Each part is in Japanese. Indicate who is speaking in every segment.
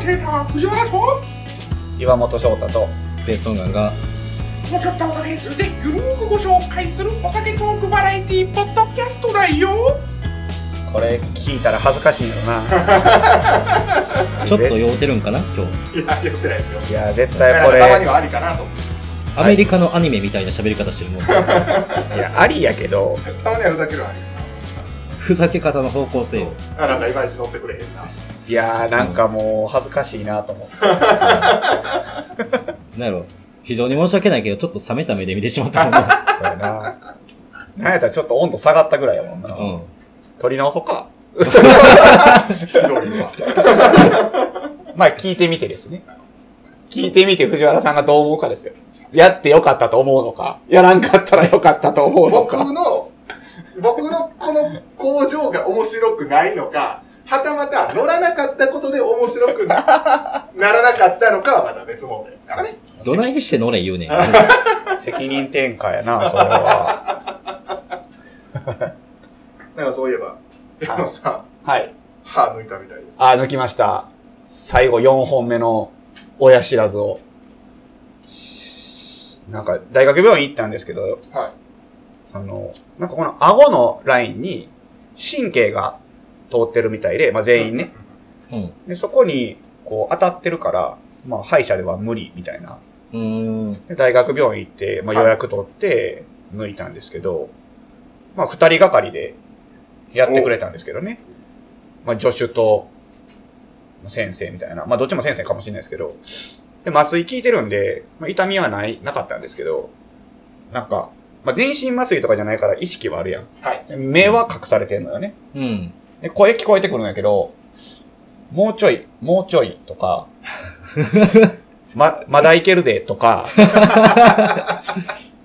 Speaker 1: テーター藤原と
Speaker 2: 岩本翔太と
Speaker 3: ペーソンガンが
Speaker 1: もうちょっとお酒についてゆるーくご紹介するお酒トークバラエティポッドキャストだよ
Speaker 2: これ聞いたら恥ずかしいよ な
Speaker 3: ちょっと酔うてるんかな今日
Speaker 1: いや、よくないですよ
Speaker 2: いや絶
Speaker 1: だから
Speaker 2: 対こ
Speaker 1: たまに
Speaker 2: れ
Speaker 1: はありかなと思って
Speaker 3: アメリカのアニメみたいな喋り方してるもん
Speaker 2: いやありやけど
Speaker 1: たまにはふざけるわね
Speaker 3: ふざけ方の方向性を
Speaker 1: あなんかいまいち乗ってくれへんない
Speaker 2: やーなんかもう恥ずかしいなと思って
Speaker 3: なんやろ非常に申し訳ないけどちょっと冷めた目で見てしま ったもんな
Speaker 2: そうや ななんやったらちょっと温度下がったぐらいやもんな、
Speaker 3: うん
Speaker 2: 取り直そうか
Speaker 1: ひどい わ
Speaker 2: まあ聞いてみてですね聞いてみて藤原さんがどう思うかですよやってよかったと思うのかやらんかったらよかったと思うの
Speaker 4: 僕
Speaker 2: か
Speaker 4: の、僕のこの工場が面白くないのか、はたまた乗らなかったことで面白 くなならなかったのかはまた別問題ですからね。
Speaker 3: どないして乗れ言うねん
Speaker 2: 責任転嫁やなそれ は
Speaker 4: なんかそういえば、あのさ、
Speaker 2: はい
Speaker 4: 歯抜いたみたいで。
Speaker 2: あ、抜きました。最後4本目の親知らずを。なんか、大学病院行ったんですけど、
Speaker 4: はい
Speaker 2: その、なんかこの顎のラインに神経が通ってるみたいで、まあ全員ね。
Speaker 3: うん
Speaker 2: でそこに、こう当たってるから、まあ歯医者では無理みたいな。
Speaker 3: うーん
Speaker 2: で大学病院行って、まあ
Speaker 4: はい
Speaker 2: 予約取って抜いたんですけど、まあ二人がかりでやってくれたんですけどね。まあ助手と先生みたいな。まあどっちも先生かもしれないですけど。で、麻酔効いてるんで、まあ、痛みはない、なかったんですけど、なんか、まあ全身麻酔とかじゃないから意識はあるやん。
Speaker 4: はい
Speaker 2: で目は隠されてんのよね。
Speaker 3: うん
Speaker 2: で、声聞こえてくるんやけど、もうちょい、もうちょいと か、ま、まだいけるでと か、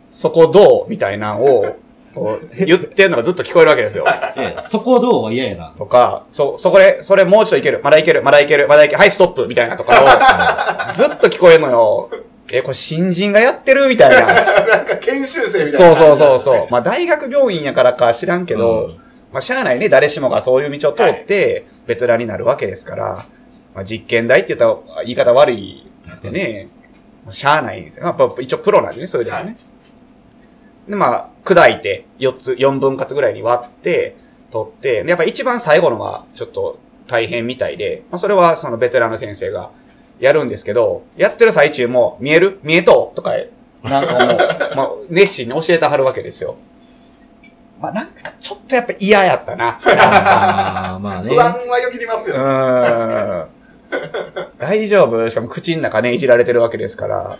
Speaker 2: そこどうみたいなんを、こう言ってんのがずっと聞こえるわけですよ。
Speaker 3: いやいやそこどうは嫌やな
Speaker 2: とか、そ、そこで、それもうちょいいける、まだいける、まだいける、まだいける、はい、ストップみたいなとかを、ずっと聞こえるのよ。え、これ新人がやってるみたいな。
Speaker 4: なんか研修生みたい
Speaker 2: そ
Speaker 4: な
Speaker 2: うそうそう
Speaker 4: う。
Speaker 2: そう。まあ大学病院やからか知らんけど、
Speaker 3: うん
Speaker 2: まあ、しゃあないね、誰しもがそういう道を通って、ベテランになるわけですから、まあ、実験台って言ったら言い方悪いでね、まあしゃあないんですよ。まあやっぱ、一応プロなんでね、それでもね。で、まあ、砕いて、4つ、4分割ぐらいに割って、取って、でやっぱ一番最後のは、ちょっと大変みたいで、まあ、それはそのベテランの先生がやるんですけど、やってる最中も、見える見えとうとか、なんかもう、 まあ、熱心に教えてはるわけですよ。まあ、なんかちょっとやっぱ嫌やったな。
Speaker 3: あーまあね
Speaker 4: 不安はよぎります
Speaker 2: う
Speaker 4: よ。
Speaker 2: ーん。大丈夫しかも口の中ね、いじられてるわけですから。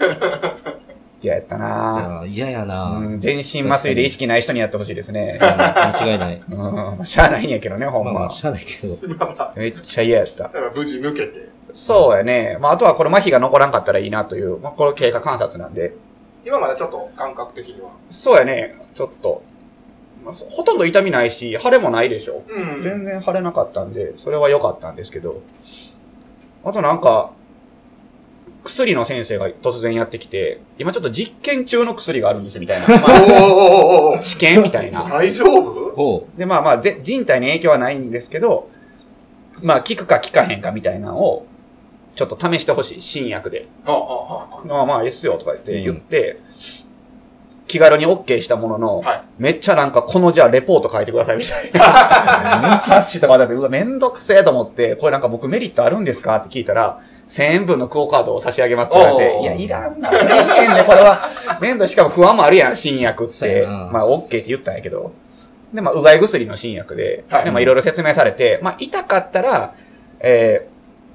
Speaker 2: 嫌やったな
Speaker 3: あー嫌やな、
Speaker 2: う
Speaker 3: うん
Speaker 2: ん全身麻酔で意識ない人にやってほしいですね。
Speaker 3: 間違いない
Speaker 2: うん、まあしゃあないんやけどね、ほん
Speaker 3: まあ
Speaker 2: ま。
Speaker 3: まあしゃあないけど
Speaker 2: めっちゃ嫌やった。
Speaker 4: だから無事抜けて。
Speaker 2: そうやね。まあ、あとはこれ麻痺が残らんかったらいいなという、まあ、これ経過観察なんで。
Speaker 4: 今まだちょっと感覚的には。
Speaker 2: そうやね。ちょっと。まあ、ほとんど痛みないし、腫れもないでしょ。
Speaker 4: うん。
Speaker 2: 全然腫れなかったんで、それは良かったんですけど、あとなんか、薬の先生が突然やってきて、今ちょっと実験中の薬があるんですみたいな。まあ
Speaker 4: おーおーおーおー
Speaker 2: 試験みたいな。
Speaker 4: 大丈夫
Speaker 3: おう
Speaker 2: で、まあまあ、ぜ人体に影響はないんですけど、まあ、効くか効かへんかみたいなのを、ちょっと試してほしい。新薬で。
Speaker 4: ああ、ああ、
Speaker 2: まあまあ、いいっすよとか言って言って、気軽に OK したものの、
Speaker 4: はい
Speaker 2: めっちゃなんか、このじゃあレポート書いてくださいみたいな。冊子とかだ って、うわ、めんどくせえと思って、これなんか僕メリットあるんですかって聞いたら、1000円分のクオカードを差し上げますって言われて、
Speaker 4: おー
Speaker 2: いや、いらんな、1000円でこれは、面倒しかも不安もあるやん、新薬っ
Speaker 3: そうや
Speaker 2: て。
Speaker 3: な
Speaker 2: まあ、OK って言ったんやけど。で、まあ、うがい薬の新薬で、
Speaker 4: はい
Speaker 2: でまあ、いろいろ説明されて、まあ、痛かったら、え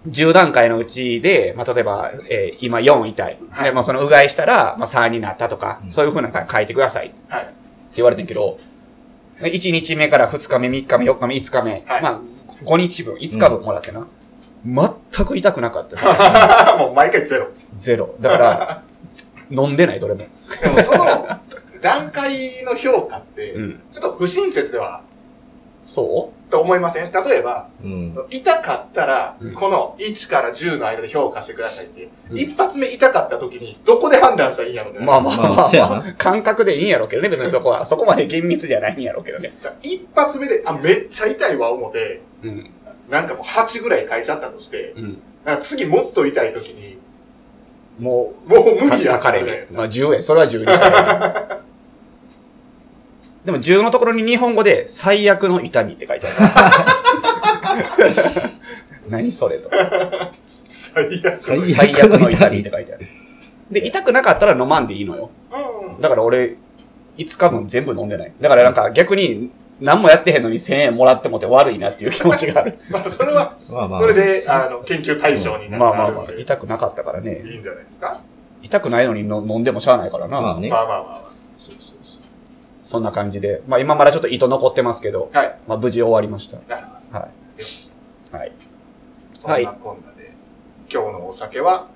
Speaker 2: ー、10段階のうちで、まあ、例えば、えー今4痛い。
Speaker 4: はい
Speaker 2: で、まあ、そのうがいしたら、まあ、3になったとか、
Speaker 3: うん
Speaker 2: そういうふうな書いてください。って
Speaker 4: はい
Speaker 2: 言われてんけど、1日目から2日目、3日目、4日目、5日目、
Speaker 4: はい
Speaker 2: まあ、5日分、5日分もらってな。全く痛くなかった。
Speaker 4: ああ。もう毎回ゼロ。
Speaker 2: ゼロ。だから、飲んでない、どれも。
Speaker 4: でもその段階の評価って
Speaker 2: う、ん。
Speaker 4: ちょっと不親切では
Speaker 2: そう
Speaker 4: と思いません例えば、
Speaker 3: うん
Speaker 4: 痛かったら
Speaker 2: うん、
Speaker 4: この1から10の間で評価してくださいって、
Speaker 2: うん
Speaker 4: 一発目痛かった時に、どこで判断したらいいんやろうね。
Speaker 2: まあまあまあ、
Speaker 3: まあそうやな
Speaker 2: 感覚でいいんやろうけどね、別にそこは。そこまで厳密じゃないんやろうけどね。
Speaker 4: 一発目で、あ、めっちゃ痛いわ、思って、
Speaker 2: うん。
Speaker 4: なんかもう8ぐらい変えちゃったとして、
Speaker 2: うん。
Speaker 4: なんか次もっと痛い時に、
Speaker 2: も
Speaker 4: もう
Speaker 2: う、
Speaker 4: 無
Speaker 2: か
Speaker 4: 理や
Speaker 2: 書かれ
Speaker 4: じゃない
Speaker 2: る
Speaker 4: で。す
Speaker 2: ま
Speaker 4: か。
Speaker 2: あ、10円。それは10にしたら。 でも10のところに日本語で、最悪の痛みって書いてあ る。何それと。
Speaker 4: 最悪。
Speaker 3: 最悪
Speaker 2: 最悪の痛みって書いてある。で、痛くなかったら飲まんでいいのよ。
Speaker 4: うん。
Speaker 2: だから俺、5日分全部飲んでない。だからなんか逆に、何もやってへんのに1000円もらってもって悪いなっていう気持ちがある。
Speaker 4: まあ、それは、
Speaker 3: まあまあ。
Speaker 4: それで、あの、研究対象に な
Speaker 2: まあまあま
Speaker 4: な
Speaker 2: あ、
Speaker 4: るんで
Speaker 2: 痛くなかったからね。
Speaker 4: いいんじゃないですか。
Speaker 2: 痛くないのにの飲んでもしゃあないからな。
Speaker 3: まあね
Speaker 4: ま。あまあまあま
Speaker 2: そうそうそう。そんな感じで。まあ今まだちょっと糸残ってますけど、
Speaker 4: あ。はい。
Speaker 2: まあ無事終わりました。
Speaker 4: なる
Speaker 2: は
Speaker 4: そんなこんなで、今日のお酒は、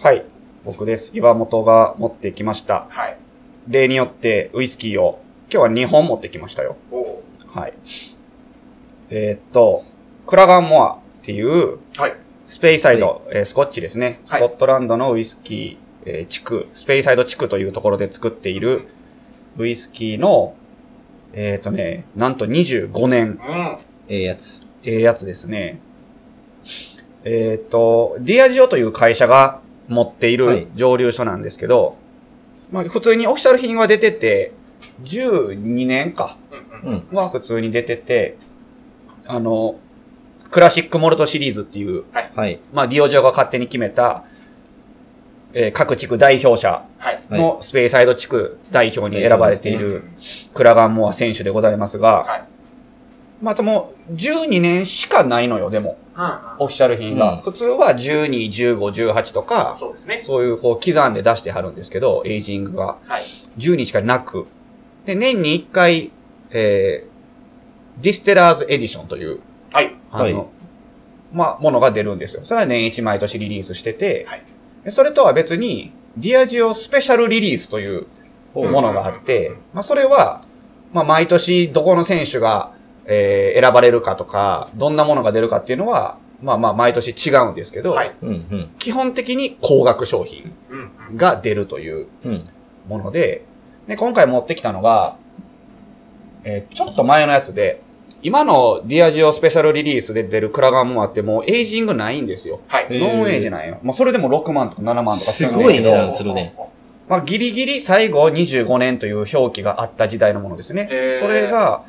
Speaker 2: い。はい。僕です。岩本が持ってきました。
Speaker 4: はい。
Speaker 2: 例によってウイスキーを、今日は2本持ってきましたよ。
Speaker 4: おう
Speaker 2: はい。えーっと、クラガンモアっていう、
Speaker 4: はい。
Speaker 2: スペイサイド、えースコッチですね。ス
Speaker 4: はい
Speaker 2: コットランドのウイスキー、えー地区、スペイサイド地区というところで作っているウイスキーの、えーっ、とね、なんと25年、
Speaker 4: うん。
Speaker 3: ええやつ。
Speaker 2: ええやつですね。えーっ、と、ディアジオという会社が持ってい
Speaker 3: はい
Speaker 2: る蒸留所なんですけど、まあ普通にオフィシャル品は出てて、12年か。
Speaker 4: うん
Speaker 3: う
Speaker 4: う
Speaker 3: ん。
Speaker 4: ん。
Speaker 2: は普通に出てて、あの、クラシックモルトシリーズっていう、
Speaker 3: はい。
Speaker 2: まあ、ディオジオが勝手に決めた、えー各地区代表者
Speaker 4: はい。
Speaker 3: はい。
Speaker 2: のスペイサイド地区代表に選ばれてい
Speaker 3: うん
Speaker 2: るクラガンモア選手でございますが、
Speaker 4: はい。
Speaker 2: まあ、とも12年しかないのよ、でも、
Speaker 4: う
Speaker 2: オフィシャル品が。
Speaker 3: うん
Speaker 2: 普通は12、15、18と
Speaker 4: ん。
Speaker 2: か、
Speaker 4: そうですね。
Speaker 2: そういうこう刻んで出してはるんですけど、エイジングが。
Speaker 4: はい。
Speaker 2: 12しかなく、で、年に1回、えー、ディステラーズエディションという、
Speaker 4: はい。
Speaker 2: あの、
Speaker 3: はい
Speaker 2: まあ、ものが出るんですよ。それは年1毎年リリースしてて、
Speaker 4: はい
Speaker 2: でそれとは別に、ディアジオスペシャルリリースという
Speaker 3: ほう
Speaker 2: ものがあっ
Speaker 4: う
Speaker 2: て
Speaker 4: ん、
Speaker 2: まあ、それは、まあ、毎年どこの選手が、えー選ばれるかとか、どんなものが出るかっていうのは、まあまあ、毎年違うんですけど、
Speaker 4: はい
Speaker 3: うんうん。
Speaker 2: 基本的に高額商品
Speaker 4: うんうん。
Speaker 2: が出るという
Speaker 3: うん。
Speaker 2: もので、で、今回持ってきたのが、えーちょっと前のやつで、今のディアジオスペシャルリリースで出るクラガンモアってもうエイジングないんですよ。
Speaker 4: はい。
Speaker 3: へー
Speaker 2: ノンエイジなんよ。まあそれでも6万とか7万とかるんだ
Speaker 3: すごい
Speaker 2: け
Speaker 3: ね
Speaker 2: ど
Speaker 3: 値段するね。
Speaker 2: まあギリギリ最後25年という表記があった時代のものですね。
Speaker 4: へー
Speaker 2: それが、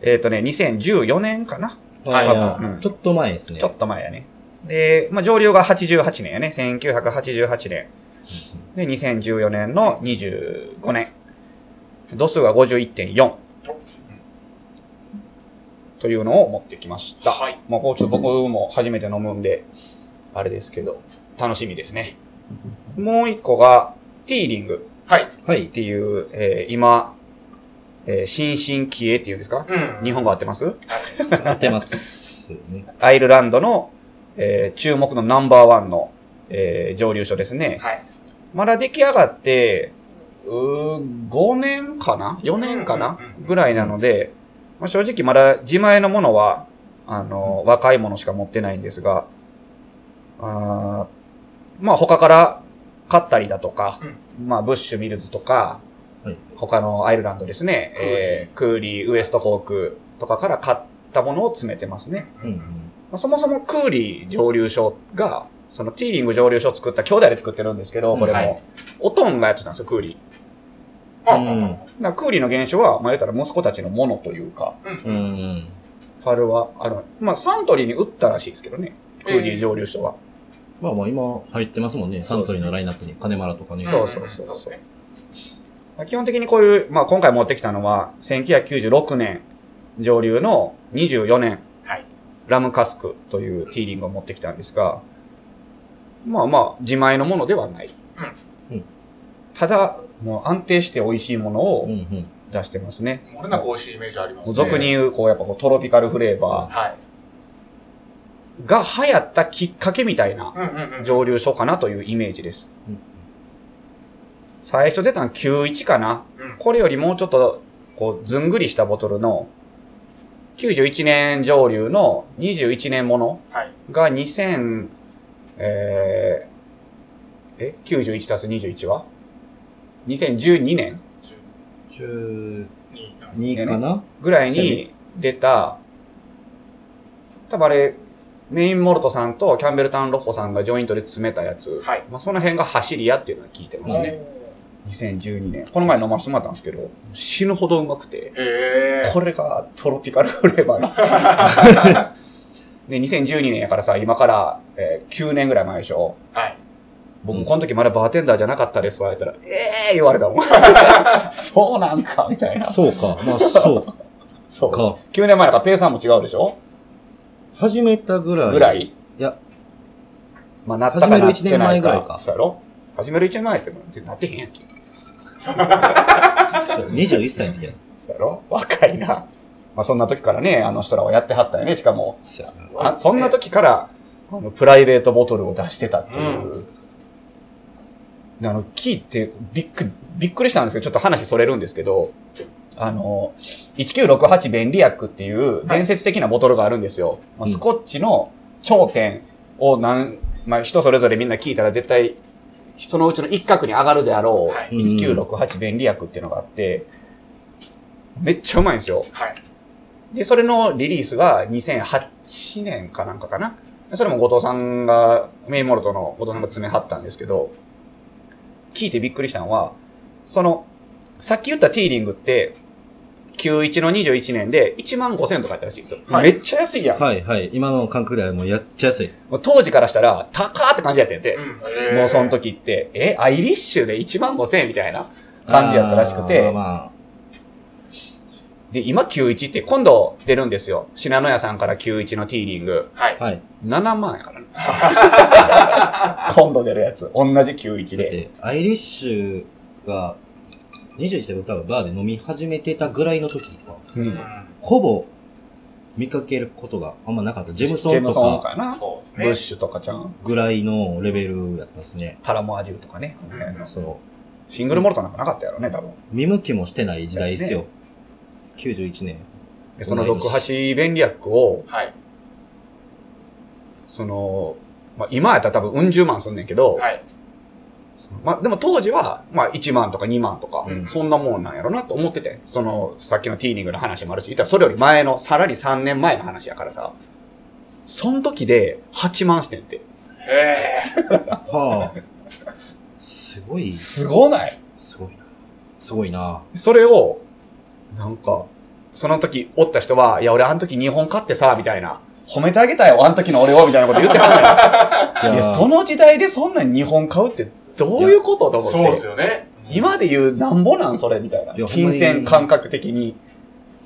Speaker 2: えっ、とね、2014年かな
Speaker 3: はい
Speaker 2: 多
Speaker 3: は
Speaker 2: 分うん
Speaker 3: い。ちょっと前ですね。
Speaker 2: ちょっと前やね。で、まあ、上流が88年やね。1988年。で、2014年の25年。度数が51.4。というのを持ってきました。
Speaker 4: はい。
Speaker 2: まあ、こうちょっと僕も初めて飲むんで、あれですけど、楽しみですね。もう一個が、ティーリング
Speaker 4: はい。
Speaker 3: はい
Speaker 2: っ。ていう、えー今、えー新進気鋭っていうんですか
Speaker 4: うん。
Speaker 2: 日本語合ってます
Speaker 3: 合ってますね。
Speaker 2: アイルランドの、えー注目のナンバーワンの、えー蒸留所ですね。
Speaker 4: はい。
Speaker 2: まだ出来上がって、うー5年かな ?4 年かな
Speaker 4: うんうんうん
Speaker 2: ぐらいなので、まあ、正直まだ自前のものは、あの、若いものしか持ってないんですが、あーまあ他から買ったりだとか、まあブッシュミルズとか、
Speaker 3: はい
Speaker 2: 他のアイルランドですね、えークーリー、ウエストコークとかから買ったものを詰めてますね。
Speaker 3: うんうん。
Speaker 2: まあそもそもクーリー蒸留所が、そのティーリング蒸留所を作った兄弟で作ってるんですけど、これも、
Speaker 3: うんは
Speaker 2: おとんがやってたんですよ、クーリー。
Speaker 4: うん。
Speaker 2: だからクーリーの原種は、まあ、言ったら息子たちのものというか、
Speaker 3: うんうん。
Speaker 2: ファルは、あの、まあ、サントリーに売ったらしいですけどね、クーリー蒸留所は。
Speaker 3: まあまあ今入ってますもんね。サントリーのラインナップに。金丸とかね。
Speaker 2: そうそうそうそう。基本的にこういう、まあ、今回持ってきたのは、1996年上流の24年、
Speaker 4: はい
Speaker 2: ラムカスクというティーリングを持ってきたんですが、まあまあ、自前のものではない。
Speaker 3: うんうん
Speaker 2: ただ、もう安定して美味しいもの
Speaker 3: うんう
Speaker 2: を
Speaker 3: ん。
Speaker 2: 出してますね。
Speaker 4: 俺なんか美味しいイメージあります
Speaker 2: もう
Speaker 4: ね。
Speaker 2: 俗に言う、こう、やっぱこうトロピカルフレーバ
Speaker 4: はい。
Speaker 2: ーが流行ったきっかけみたいな
Speaker 4: うんうんうん。
Speaker 2: 蒸留所かなというイメージです
Speaker 3: うん。
Speaker 2: 最初出たの91かな
Speaker 4: うん。
Speaker 2: これよりもうちょっと、こう、ずんぐりしたボトルの、91年上流の21年もの
Speaker 4: はい
Speaker 2: が2000、えー、え、91たす21は ?2012 年
Speaker 3: 12
Speaker 4: 12
Speaker 3: かな
Speaker 2: ぐらいに出た、多分あれ、メインモルトさんとキャンベルタウンロッホさんがジョイントで詰めたやつ。
Speaker 4: はい
Speaker 2: まあその辺が走り屋っていうのは聞いてますね。2012年。この前飲ませてもらったんですけど、死ぬほどうまくて。
Speaker 4: へえ。
Speaker 2: これがトロピカルフレーバーな。で、2012年やからさ、今から、えー9年ぐらい前でしょ。
Speaker 4: はい。
Speaker 2: 僕、この時まだバーテンダーじゃなかったですわ、言ったら、ええー、言われたもん。そうなんか、みたいな。
Speaker 3: そうか。 まあ、そ
Speaker 2: そう
Speaker 3: う。か。
Speaker 2: 9年前だから、ペイさんも違うでしょ
Speaker 3: 始めたぐらい。
Speaker 2: ぐらい
Speaker 3: いや。
Speaker 2: まあ、なったかなってないか。
Speaker 3: 始める一年前ぐらいか
Speaker 2: そうやろ始める1年前って、なってへんやんけ。
Speaker 3: そう。21歳の時やな。
Speaker 2: そうやろ若いな。まあ、そんな時からね、あの人らはやってはったよね。しかも、
Speaker 3: そうやな
Speaker 2: あそんな時から、あの、プライベートボトルを出してたっていう。であの、キーって、びっく、びっくりしたんですけど、ちょっと話それるんですけど、あの、1968便利薬っていう伝説的なボトルがあるんですよ。まあ、
Speaker 3: うん
Speaker 2: スコッチの頂点をなん、まあ、人それぞれみんな聞いたら絶対、そのうちの一角に上がるであろう、
Speaker 4: はい
Speaker 2: 1968便利薬っていうのがあって、めっちゃうまいんですよ。
Speaker 4: はい。
Speaker 2: で、それのリリースが2008年かなんかかな。それも後藤さんが、メインモルトの後藤さんが詰め張ったんですけど、聞いてびっくりしたのは、その、さっき言ったティーリングって、91の21年で1万5000とかやったらしいですよ。
Speaker 4: はい
Speaker 2: めっちゃ安いやん。
Speaker 3: はいはい。今の感覚ではもうやっちゃ安い。
Speaker 2: もう当時からしたら、高ーって感じやってんて、
Speaker 4: ん
Speaker 2: もうその。時って、え、アイリッシュで1万5000みたいな感じやったらしくて、
Speaker 3: あーまあまあ。
Speaker 2: で、今91って今度出るんですよ。信濃屋さんから91のティーリング。
Speaker 4: はい。
Speaker 3: はい。
Speaker 2: 7万やから ね。今度出るやつ。同じ91で。
Speaker 3: で、アイリッシュが、21歳僕多分バーで飲み始めてたぐらいの時か。
Speaker 2: うん。
Speaker 3: ほぼ、見かけることがあんまなかった。ジェムソ
Speaker 2: ジ
Speaker 3: ン
Speaker 2: ェム
Speaker 3: と
Speaker 2: ソン
Speaker 3: か
Speaker 2: かな。
Speaker 4: そうです
Speaker 2: ブッ
Speaker 4: ね。
Speaker 2: シュとかちゃん。
Speaker 3: ぐらいのレベルやったですね。
Speaker 2: タラモアジュとかね。あの辺の
Speaker 3: その、
Speaker 2: シングルモルトなんかなかったやろね、多分。
Speaker 3: 見向きもしてない時代ですよ。91年。
Speaker 2: でその
Speaker 3: 同い年
Speaker 2: 68便利薬を、
Speaker 4: はい。
Speaker 2: その、まあ、今やったら多分うん十万すんねんけど、
Speaker 4: はい。
Speaker 2: そのまあ、でも当時は、まあ、1万とか2万とか、
Speaker 4: うん
Speaker 2: そんなもんなんやろなと思ってて、その、さっきのティーニングの話もあるし、いったらそれより前の、さらに3年前の話やからさ、その時で8万してんって。
Speaker 4: へえ。
Speaker 3: はあ。すごい、す
Speaker 2: すごない
Speaker 3: ごいな。すごいな。
Speaker 2: それを、なんか、その時おった人は、いや、俺あの時日本買ってさ、みたいな。褒めてあげたよ、あの時の俺を、みたいなこと言ってはんね
Speaker 3: い
Speaker 2: ん。いや、その時代でそんなに日本買うってどういうことと思って。
Speaker 4: そうですよね。
Speaker 2: 今で言うなんぼなんそれ、みたいな。
Speaker 3: いや
Speaker 2: 金
Speaker 3: ほんま
Speaker 2: 銭
Speaker 3: に
Speaker 2: 感覚的に。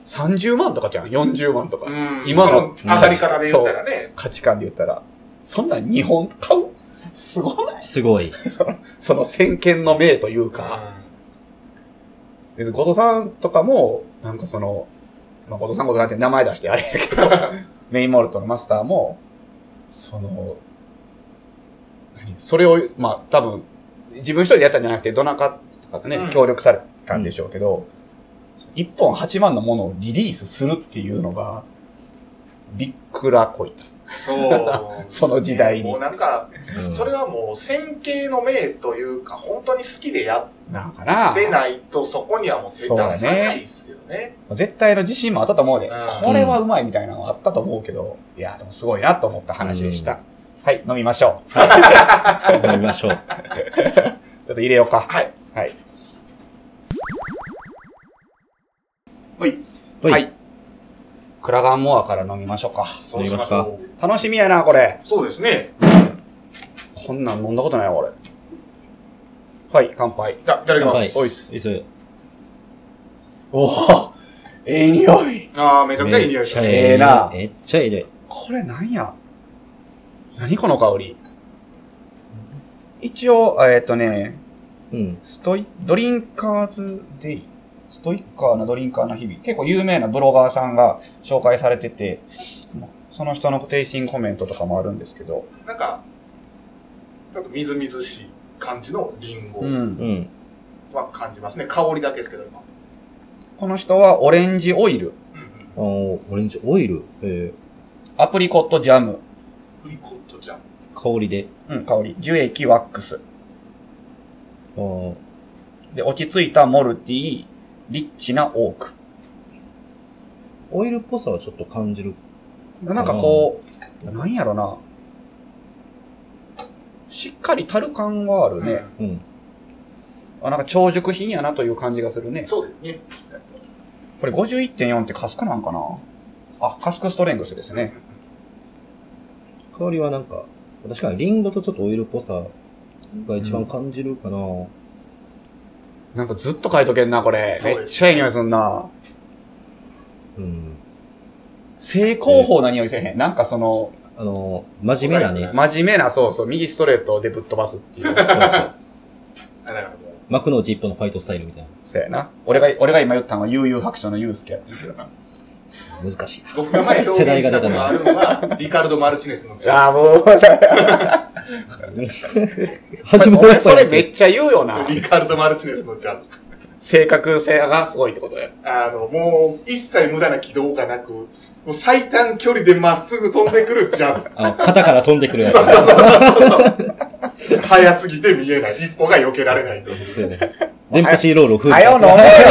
Speaker 2: 30万とかじゃん、40万とか。
Speaker 4: うん
Speaker 2: 今の
Speaker 4: そ上がり方で言ったらね。
Speaker 2: 価値観で言ったら。そんな日本買うすごない
Speaker 3: すごい。
Speaker 2: その先見の明というか。別に後藤さんとかも、なんかその、まあ、後藤さん後藤さんって名前出してあれやけ ど、メインモルトのマスターも、その、何それを、まあ、多分、自分一人でやったんじゃなくて、どなかとかね、
Speaker 4: うん
Speaker 2: 協力されたんでしょうけど、一本8万のものをリリースするっていうのが、びっくらこいた。
Speaker 4: そう。
Speaker 2: その時代に
Speaker 4: もうなんか、
Speaker 3: うん
Speaker 4: それはもう線形の名というか、本当に好きでや
Speaker 2: なんかな
Speaker 4: ってないと、そこにはもう手出さないっすよね。
Speaker 2: 絶対の自信もあったと思うで、
Speaker 4: うん
Speaker 2: これはうまいみたいなのはあったと思うけど、いや、でもすごいなと思った話でした。はい、飲みましょう。
Speaker 3: 飲みましょう。
Speaker 2: ちょっと入れようか。
Speaker 4: はい。
Speaker 2: はい。
Speaker 3: はい
Speaker 2: はい。クラガンモアから飲みましょうか。
Speaker 4: そうしましょう。
Speaker 2: 楽しみやな、これ。
Speaker 4: そうですね。
Speaker 2: こんなん飲んだことないわ、俺。はい、乾杯。
Speaker 4: じゃあ、いただきます。
Speaker 2: おいっす。
Speaker 3: いいっすよ
Speaker 2: おおええ匂い。
Speaker 4: ああ、めちゃくちゃいい匂
Speaker 3: めっ
Speaker 4: いし
Speaker 3: ち
Speaker 4: ま
Speaker 3: ゃ
Speaker 4: す。
Speaker 3: え
Speaker 2: ええな
Speaker 3: めっちゃええで。
Speaker 2: これなんや何この香り。一応、えーっ、とね、
Speaker 3: うん。
Speaker 2: ストイ、ドリンカーズデイ。ストイッカーなドリンカーな日々。結構有名なブロガーさんが紹介されてて、その人のテイスティングコメントとかもあるんですけど。
Speaker 4: なんか、ちょっとみずみずしい感じのリンゴ
Speaker 2: うん
Speaker 3: う。ん。
Speaker 4: は感じますね。香りだけですけど、今。
Speaker 2: この人はオレンジオイル、
Speaker 4: うんうん。
Speaker 3: あの、オレンジオイル、え
Speaker 2: アプリコットジャム、
Speaker 4: プリコットジャム。
Speaker 3: ー、香りで。
Speaker 2: うん、香り、樹液ワックス。
Speaker 3: あー
Speaker 2: で、落ち着いたモルティー、リッチなオーク。
Speaker 3: オイルっぽさはちょっと感じる
Speaker 2: なんかこう、なんやろな。しっかりたる感はあるね。
Speaker 3: うん。
Speaker 2: あなんか長熟品やなという感じがするね。
Speaker 4: そうですね。
Speaker 2: これ51.4ってカスクなんかなあ、カスクストレングスですね。
Speaker 3: 香りはなんか、確かにリンゴとちょっとオイルっぽさが一番感じるかな。
Speaker 2: なんかずっと書いとけんな、これ。
Speaker 4: そうです
Speaker 2: めっちゃいい匂いすんな。
Speaker 3: うん。
Speaker 2: 正攻法な匂いせえへん。なんかその、
Speaker 3: あの、真面目なね、
Speaker 2: 真面目な、そうそう、右ストレートでぶっ飛ばすっていう。
Speaker 3: そうそう
Speaker 4: あだからもう、
Speaker 3: 幕の内一本のファイトスタイルみたい
Speaker 2: そうやな。俺が、俺が今言ったのは悠々白書のユースケやったんやけどな。
Speaker 3: な。難 しい。
Speaker 4: 僕が前表現したことがあ るのが、リカルド・マルチネスのジャ
Speaker 2: ああ、もう、だ
Speaker 3: 始ま
Speaker 2: 俺
Speaker 3: る
Speaker 2: それめっちゃ言うよな
Speaker 4: ンプ。。リカルド・マルチネスのジャンプ。
Speaker 2: 正確性がすごいってことや。
Speaker 4: あの、もう、一切無駄な軌道がなく、もう最短距離でまっすぐ飛んでくるジャンプ。
Speaker 3: あの、肩から飛んでくるやつ。
Speaker 4: そうそうそうそう。 早すぎて見えない。一歩が避けられないという。
Speaker 3: そうやね。電波シーロールを封
Speaker 2: はよ飲め
Speaker 3: や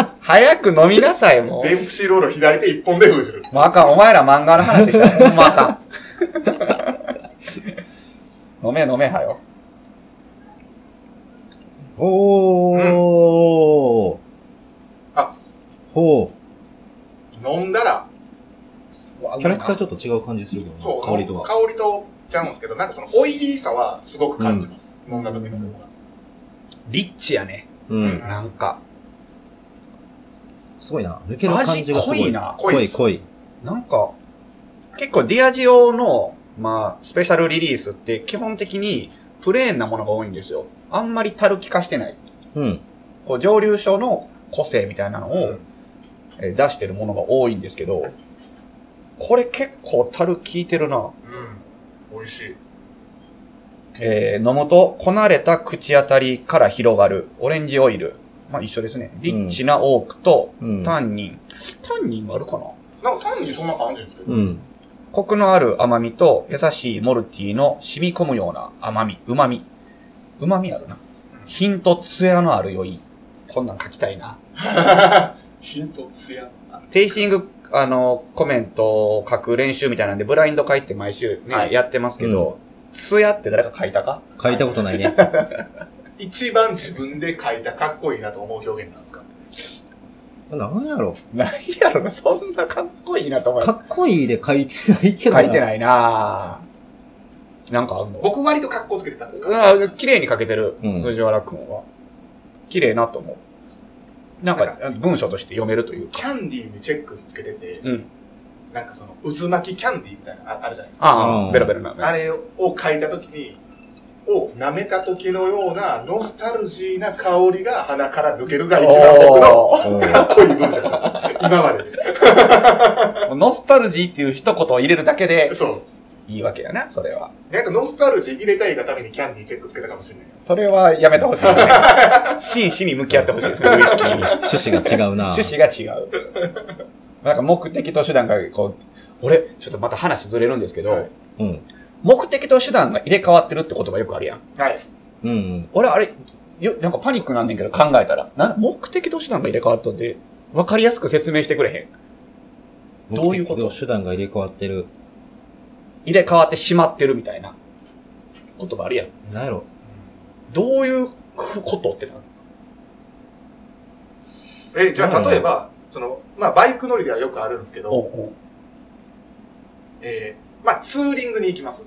Speaker 2: よ 早く飲みなさい、もう。
Speaker 4: デンプシーロールを左手一本で封じる。
Speaker 2: もうあかん、お前ら漫画の話したら、ほんまあかん。 飲め飲めはよ。
Speaker 3: つおー。
Speaker 4: あ。
Speaker 3: ほ
Speaker 4: 飲んだら、
Speaker 3: う。キャラクター
Speaker 2: ち
Speaker 3: ちょっと違う感じするけどな
Speaker 4: そう、
Speaker 3: 香りとは。
Speaker 4: 香りとちゃうんですけど、なんかそのオイリーさはすごく感じます。飲んだ時の方が。
Speaker 2: リッチやね。
Speaker 3: うん。
Speaker 2: なんか。
Speaker 3: すごいな。抜ける感
Speaker 2: 味
Speaker 3: じがすご
Speaker 2: 濃
Speaker 3: い。
Speaker 2: い。な。
Speaker 4: 濃い
Speaker 3: 濃
Speaker 4: で
Speaker 3: い
Speaker 4: す
Speaker 3: 濃い。
Speaker 2: なんか、結構ディアジオの、まあ、スペシャルリリースって基本的にプレーンなものが多いんですよ。あんまりたる気化してない。
Speaker 3: うん。
Speaker 2: こう、蒸留所の個性みたいなの
Speaker 4: う
Speaker 2: を
Speaker 4: ん、
Speaker 2: えー出してるものが多いんですけど、これ結構たる効いてるな。
Speaker 4: うん。美味しい。
Speaker 2: えー飲むと、こなれた口当たりから広がる、オレンジオイル。まあ一緒ですね。リッチなオークと、
Speaker 3: うん。
Speaker 2: タンニン。タンニンがあるかな
Speaker 4: なんか単にそんな感じですけど。
Speaker 3: うん。
Speaker 2: コクのある甘みと、優しいモルティの染み込むような甘み、旨み。旨みあるな。品と艶のある酔い。こんなん書きたいな。
Speaker 4: ヒントツヤ。
Speaker 2: テイスティング、あの、コメントを書く練習みたいなんで、ブラインド書いて毎週ね、
Speaker 4: はい
Speaker 2: やってますけど、ツヤって誰か書いたか
Speaker 3: 書いたことないね。
Speaker 4: 一番自分で書いたかっこいいなと思う表現なんですか
Speaker 3: なんやろ。
Speaker 2: ないやろな、そんなかっこいいなと思い
Speaker 3: か
Speaker 2: ま
Speaker 3: っこいいで書いてないけ
Speaker 2: す。
Speaker 3: どな。
Speaker 2: 書いてないなぁ。なんかあんの
Speaker 4: 僕割とかっこつけてたのか
Speaker 2: うん綺麗に書けてる、
Speaker 3: うん
Speaker 2: 藤原くんは。綺麗なと思う。なん
Speaker 4: な
Speaker 2: か、文章として読めるという
Speaker 4: キ
Speaker 2: か。
Speaker 4: ャンディーにチェックつけてて、
Speaker 2: うん。
Speaker 4: なんかその渦巻きキャンディーみたいなのああるじゃないですか。
Speaker 2: あ
Speaker 3: う
Speaker 2: あ、
Speaker 3: ん
Speaker 2: ベロベロな。
Speaker 4: あれを書いた時に、を舐めた時のようなノスタルジーな香りが鼻から抜けるが一番僕の
Speaker 2: お
Speaker 3: うん。
Speaker 4: かっこいい文章なんです。今までで。
Speaker 2: ーノスタルジーっていう一言を入れるだけで
Speaker 4: そう。
Speaker 2: いいわけやな、それは。
Speaker 4: なんかノスタルジー入れたいがためにキャンディーチェックつけたかもしれないです。
Speaker 2: それはやめてほしいですね。 真摯に向き合ってほしいですね、ウイスキーに。
Speaker 3: 趣旨が違うな。
Speaker 2: 趣旨が違う。なんか目的と手段がこう、俺、ちょっとまた話ずれるんですけど、
Speaker 4: はい
Speaker 3: うん。
Speaker 2: 目的と手段が入れ替わってるって言葉よくあるやん。
Speaker 4: はい。
Speaker 3: うんうん。
Speaker 2: 俺、あれ、よ、なんかパニックなんねんけど考えたら、な、目的と手段が入れ替わっとって、わかりやすく説明してくれへん。どういうこと
Speaker 3: 目的手段が入れ替わってる。
Speaker 2: 入れ替わってしまってるみたいな言葉あるやん。
Speaker 3: なんやろ。
Speaker 2: どういうことってなる
Speaker 4: え、じゃあ例えば、その、まあバイク乗りではよくあるんですけど、
Speaker 2: うう
Speaker 4: えー、まあツーリングに行きます。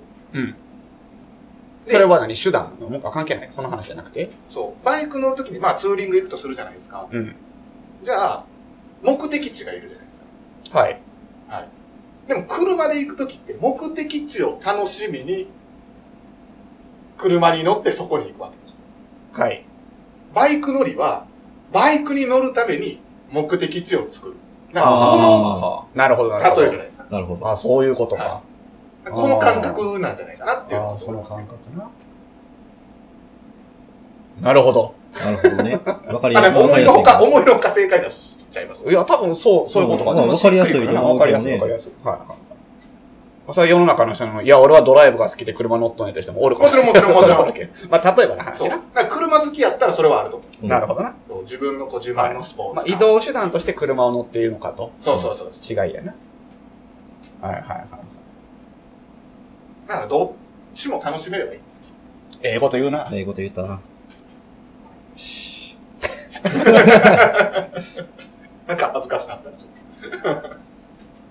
Speaker 2: それは何手段なのもう関係ない。その話じゃなくて。
Speaker 4: そう。バイク乗るときに、まあツーリング行くとするじゃないですか。
Speaker 2: うん。
Speaker 4: じゃあ、目的地がいるじゃないですか。
Speaker 2: はい。
Speaker 4: でも車で行くときって目的地を楽しみに、車に乗ってそこに行くわけです。
Speaker 2: はい。
Speaker 4: バイク乗りは、バイクに乗るために目的地を作る。なんか
Speaker 3: あ
Speaker 2: ああなるほど、な
Speaker 4: こ
Speaker 2: るほ
Speaker 4: の
Speaker 2: ど。
Speaker 4: 例えじゃないですか。
Speaker 3: なるほど。
Speaker 2: あ、そういうことか
Speaker 4: は。この感覚なんじゃないかなっていう
Speaker 2: ああ、
Speaker 4: とこ
Speaker 2: そ
Speaker 4: ろ
Speaker 2: の
Speaker 4: ですけ
Speaker 2: 感
Speaker 4: ど
Speaker 2: 覚な。なるほど。
Speaker 3: なるほど ね。わかり
Speaker 4: あ、
Speaker 3: やす。
Speaker 4: ないんか思いの
Speaker 3: わかりやすい
Speaker 4: ほか、思いのほか正解出しちゃいました。
Speaker 2: いや、多分そう、そういうことか。
Speaker 3: うんまあ
Speaker 2: でも
Speaker 3: わかりやすいと思
Speaker 2: し
Speaker 3: う
Speaker 2: っくなわかりやすい、
Speaker 3: け
Speaker 2: わ
Speaker 3: ど
Speaker 2: かり
Speaker 3: ね
Speaker 2: やすい。はいはい。まあ、それは世の中の人の、いや、俺はドライブが好きで車乗っとんやった人もおるか
Speaker 4: もちろんもちろんもちろん
Speaker 2: そうだけ どまあ、例えばの
Speaker 4: そ
Speaker 2: 話
Speaker 4: う。
Speaker 2: な
Speaker 4: だ。から車好きやったらそれはあると思
Speaker 3: うん
Speaker 2: なるほどな。
Speaker 4: う。自分のこう自慢のスポーツ
Speaker 2: まあ、
Speaker 4: か。
Speaker 2: 移動手段として車を乗っているのかと。
Speaker 4: そうそうそう。
Speaker 2: 違いやな。はいはいはい。
Speaker 4: だからどっちも楽しめればいいんですよ。
Speaker 2: ええこと言うな。
Speaker 3: ええこと言ったな。
Speaker 4: なんか恥ずかしかったらちょっ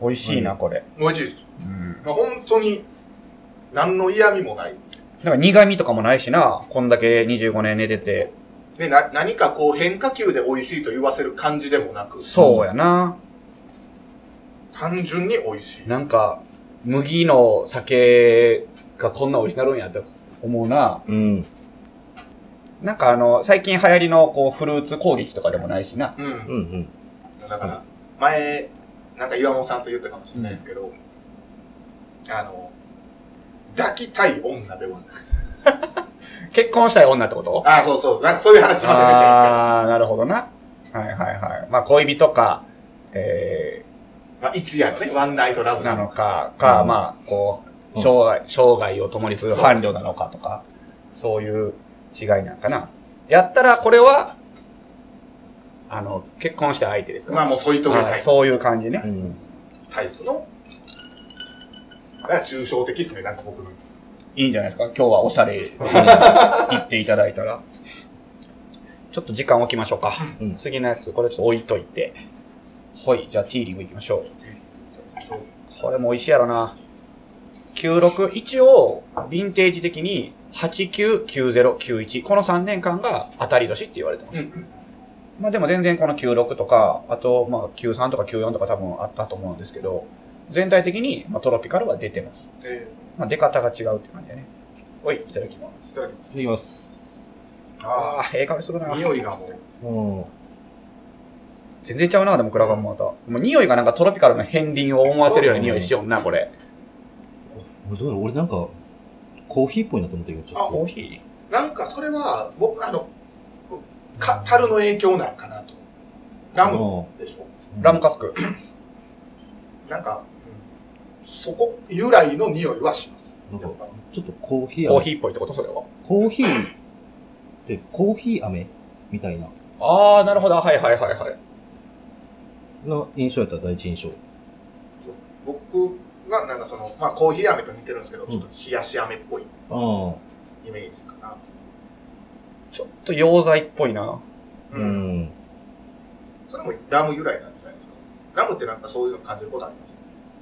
Speaker 2: 美味しいな、これ。
Speaker 4: と。美味しいです。
Speaker 2: うん。
Speaker 4: まあ本当に、何の嫌味もない。
Speaker 2: なんか苦味とかもないしな、こんだけ25年寝てて。
Speaker 4: でな何かこう変化球で美味しいと言わせる感じでもなく、
Speaker 2: そうやな。
Speaker 4: 単純に美味しい。
Speaker 2: なんか、麦の酒がこんな美味しなるんやって思うな。
Speaker 3: うん。
Speaker 2: なんかあの、最近流行りのこうフルーツ攻撃とかでもないしな。
Speaker 4: う。
Speaker 3: うんん
Speaker 4: だから、前、なんか岩本さんと言ったかもしれないですけど、あの、抱きたい女ではない。
Speaker 2: 結婚したい女ってこと
Speaker 4: ああ、そうそう。なんかそういう話しませんでしたっ
Speaker 2: ああー、なるほどな。はいはいはい。まあ恋人か、え
Speaker 4: けまあ、一夜のね、ワンナイトラブ
Speaker 2: ー、なのか、か、
Speaker 3: うん
Speaker 2: まあ、こう、
Speaker 3: うん
Speaker 2: 生涯、生涯を共にする伴侶なのかとか、そういう違いなんかな。やったら、これは、あの、結婚した相手ですか
Speaker 4: まあもう添い遂げ
Speaker 2: は
Speaker 4: た
Speaker 2: い
Speaker 4: い
Speaker 2: そういう感じね
Speaker 3: う。ん。うん。
Speaker 4: タイプの、だから抽象的ですね、なんか僕の。
Speaker 2: いいんじゃないですか今日はおしゃれに行っていただいたら。ちょっと時間置きましょうか。
Speaker 3: うん
Speaker 2: 次のやつ、これちょっと置いといて。はい、じゃあティーリング行きましょう。これも美味しいやろな。96、一応、ヴィンテージ的に、89、90、91。この3年間が当たり年って言われてます。
Speaker 4: うん
Speaker 2: まあでも全然この96とか、あとまあ93とか94とか多分あったと思うんですけど、全体的にまあトロピカルは出てます。
Speaker 4: え
Speaker 2: まあ出方が違うっていう感じだね。おい、いただきます。
Speaker 4: ーいただきます。
Speaker 3: いきます。
Speaker 4: あ
Speaker 2: ああ、ええ香りするな
Speaker 4: あ、。匂いがもう。
Speaker 3: うん。
Speaker 2: 全然ちゃうな、でもクラガンもまた。もう匂いがなんかトロピカルの片鱗を思わせるような匂いしような、これ。
Speaker 3: 俺どうやろ俺なんか、コーヒーっぽいなと思ったけど、ちょっ
Speaker 2: コー
Speaker 3: と。
Speaker 2: ヒ
Speaker 4: なんかそれは、僕、あの、か、樽の影響なんかなと。ラム
Speaker 3: ム。
Speaker 4: でしょ
Speaker 2: ーラムカスク。
Speaker 4: なんか、うんそこ、由来の匂いはします。
Speaker 3: なん
Speaker 4: や
Speaker 3: か
Speaker 4: っぱ
Speaker 3: ちょっとコーヒー
Speaker 2: コー
Speaker 3: 飴。
Speaker 2: ヒーっぽいってことそれは。
Speaker 3: コーヒーって、コーヒー飴みたいな、
Speaker 2: ああ、なるほど。はいはいはいはい。
Speaker 3: の印象やったら第一印象。
Speaker 4: 僕が、なんかその、まあ、コーヒー飴と似てるんですけど、
Speaker 3: ん
Speaker 4: ちょっと冷やし飴っぽい
Speaker 3: あ
Speaker 4: イメージかな。
Speaker 2: ちょっと溶剤っぽいな。
Speaker 3: あ。うん。
Speaker 4: それもラム由来なんじゃないですか。ラムってなんかそういうの感じることあります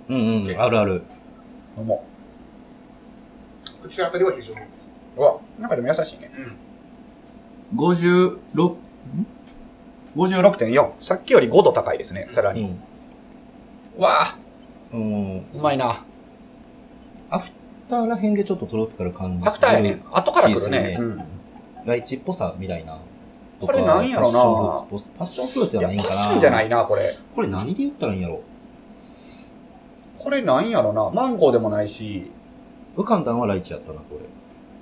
Speaker 3: うんうん。あるある。
Speaker 2: 飲も
Speaker 4: 口当たりは非常にいいです。
Speaker 2: う。うわ、なんかでも優しいね。
Speaker 3: 56。
Speaker 2: 56.4。さっきより5度高いですね、さら
Speaker 3: う
Speaker 2: に。
Speaker 3: ん。
Speaker 2: うわあ、
Speaker 3: うん。
Speaker 2: うまいな。
Speaker 3: アフターらへんでちょっとトロピカル感じ
Speaker 2: アフターやね。後から来るね。
Speaker 3: う
Speaker 2: うんん
Speaker 3: ライチっぽさみたいな。
Speaker 2: これなんやろな
Speaker 3: パッションフルーツっぽさパッションフルーツじゃ
Speaker 2: いや、
Speaker 3: ないん
Speaker 2: パ
Speaker 3: かな。
Speaker 2: ッションじゃないな、これ。
Speaker 3: これ何で言ったらいいんやろ
Speaker 2: これなんやろな。マンゴーでもないし。
Speaker 3: 浮かんだんはライチやったな、こ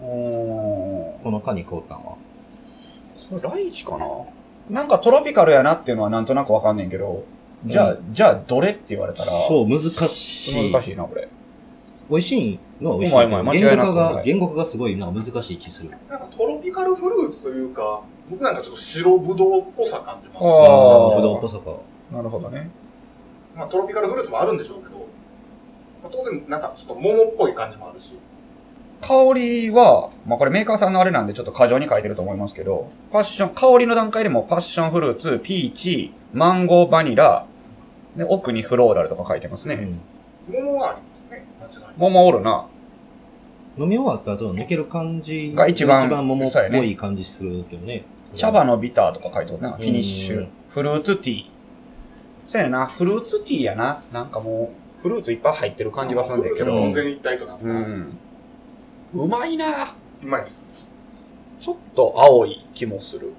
Speaker 3: れ。
Speaker 2: うーん。
Speaker 3: このカニ凍ったんは。
Speaker 2: これ、ライチかななんかトロピカルやなっていうのはなんとなくわかんねんけど、じゃあ、
Speaker 3: う
Speaker 2: じゃあ、どれって言われたら、
Speaker 3: そう、難しい。
Speaker 2: 難しいな、これ。
Speaker 3: 美味しいのは美味しい。
Speaker 2: うまいうまい間違いなく
Speaker 3: 言語化
Speaker 2: うま
Speaker 3: が、
Speaker 2: い
Speaker 3: 言語化がすごいなんか難しい気する。
Speaker 4: なんかトロピカルフルーツというか、僕なんかちょっと白ぶどうっぽさ感じます。
Speaker 2: あー
Speaker 3: ああ。ぶどうっぽさか。
Speaker 2: なるほどね。
Speaker 4: まあ、トロピカルフルーツもあるんでしょうけど、まあ、当然なんかちょっと桃っぽい感じもあるし、
Speaker 2: 香りは、まあこれメーカーさんのあれなんでちょっと過剰に書いてると思いますけど、パッション、香りの段階でもパッションフルーツ、ピーチ、マンゴーバニラ、で奥にフローラルとか書いてますね。
Speaker 3: うん。
Speaker 4: 桃はありますね、間違いない。
Speaker 2: 桃おるな。
Speaker 3: 飲み終わった後の抜ける感じ
Speaker 2: が一番
Speaker 3: 桃っ
Speaker 2: そうや
Speaker 3: ぽ
Speaker 2: ね
Speaker 3: い感じするんですけどね。
Speaker 2: 茶葉のビターとか書いてるな。フィニッシ
Speaker 3: う
Speaker 2: ュ
Speaker 3: ん。
Speaker 2: フルーツティー。そうやな、フルーツティーやな。なんかもう、フルーツいっぱい入ってる感じはすんねんけ
Speaker 4: フルーツ
Speaker 2: ど
Speaker 4: も。全一体となった、
Speaker 2: う。
Speaker 4: うん
Speaker 2: うまいな
Speaker 4: まいっす。
Speaker 2: ちょっと青い気もする。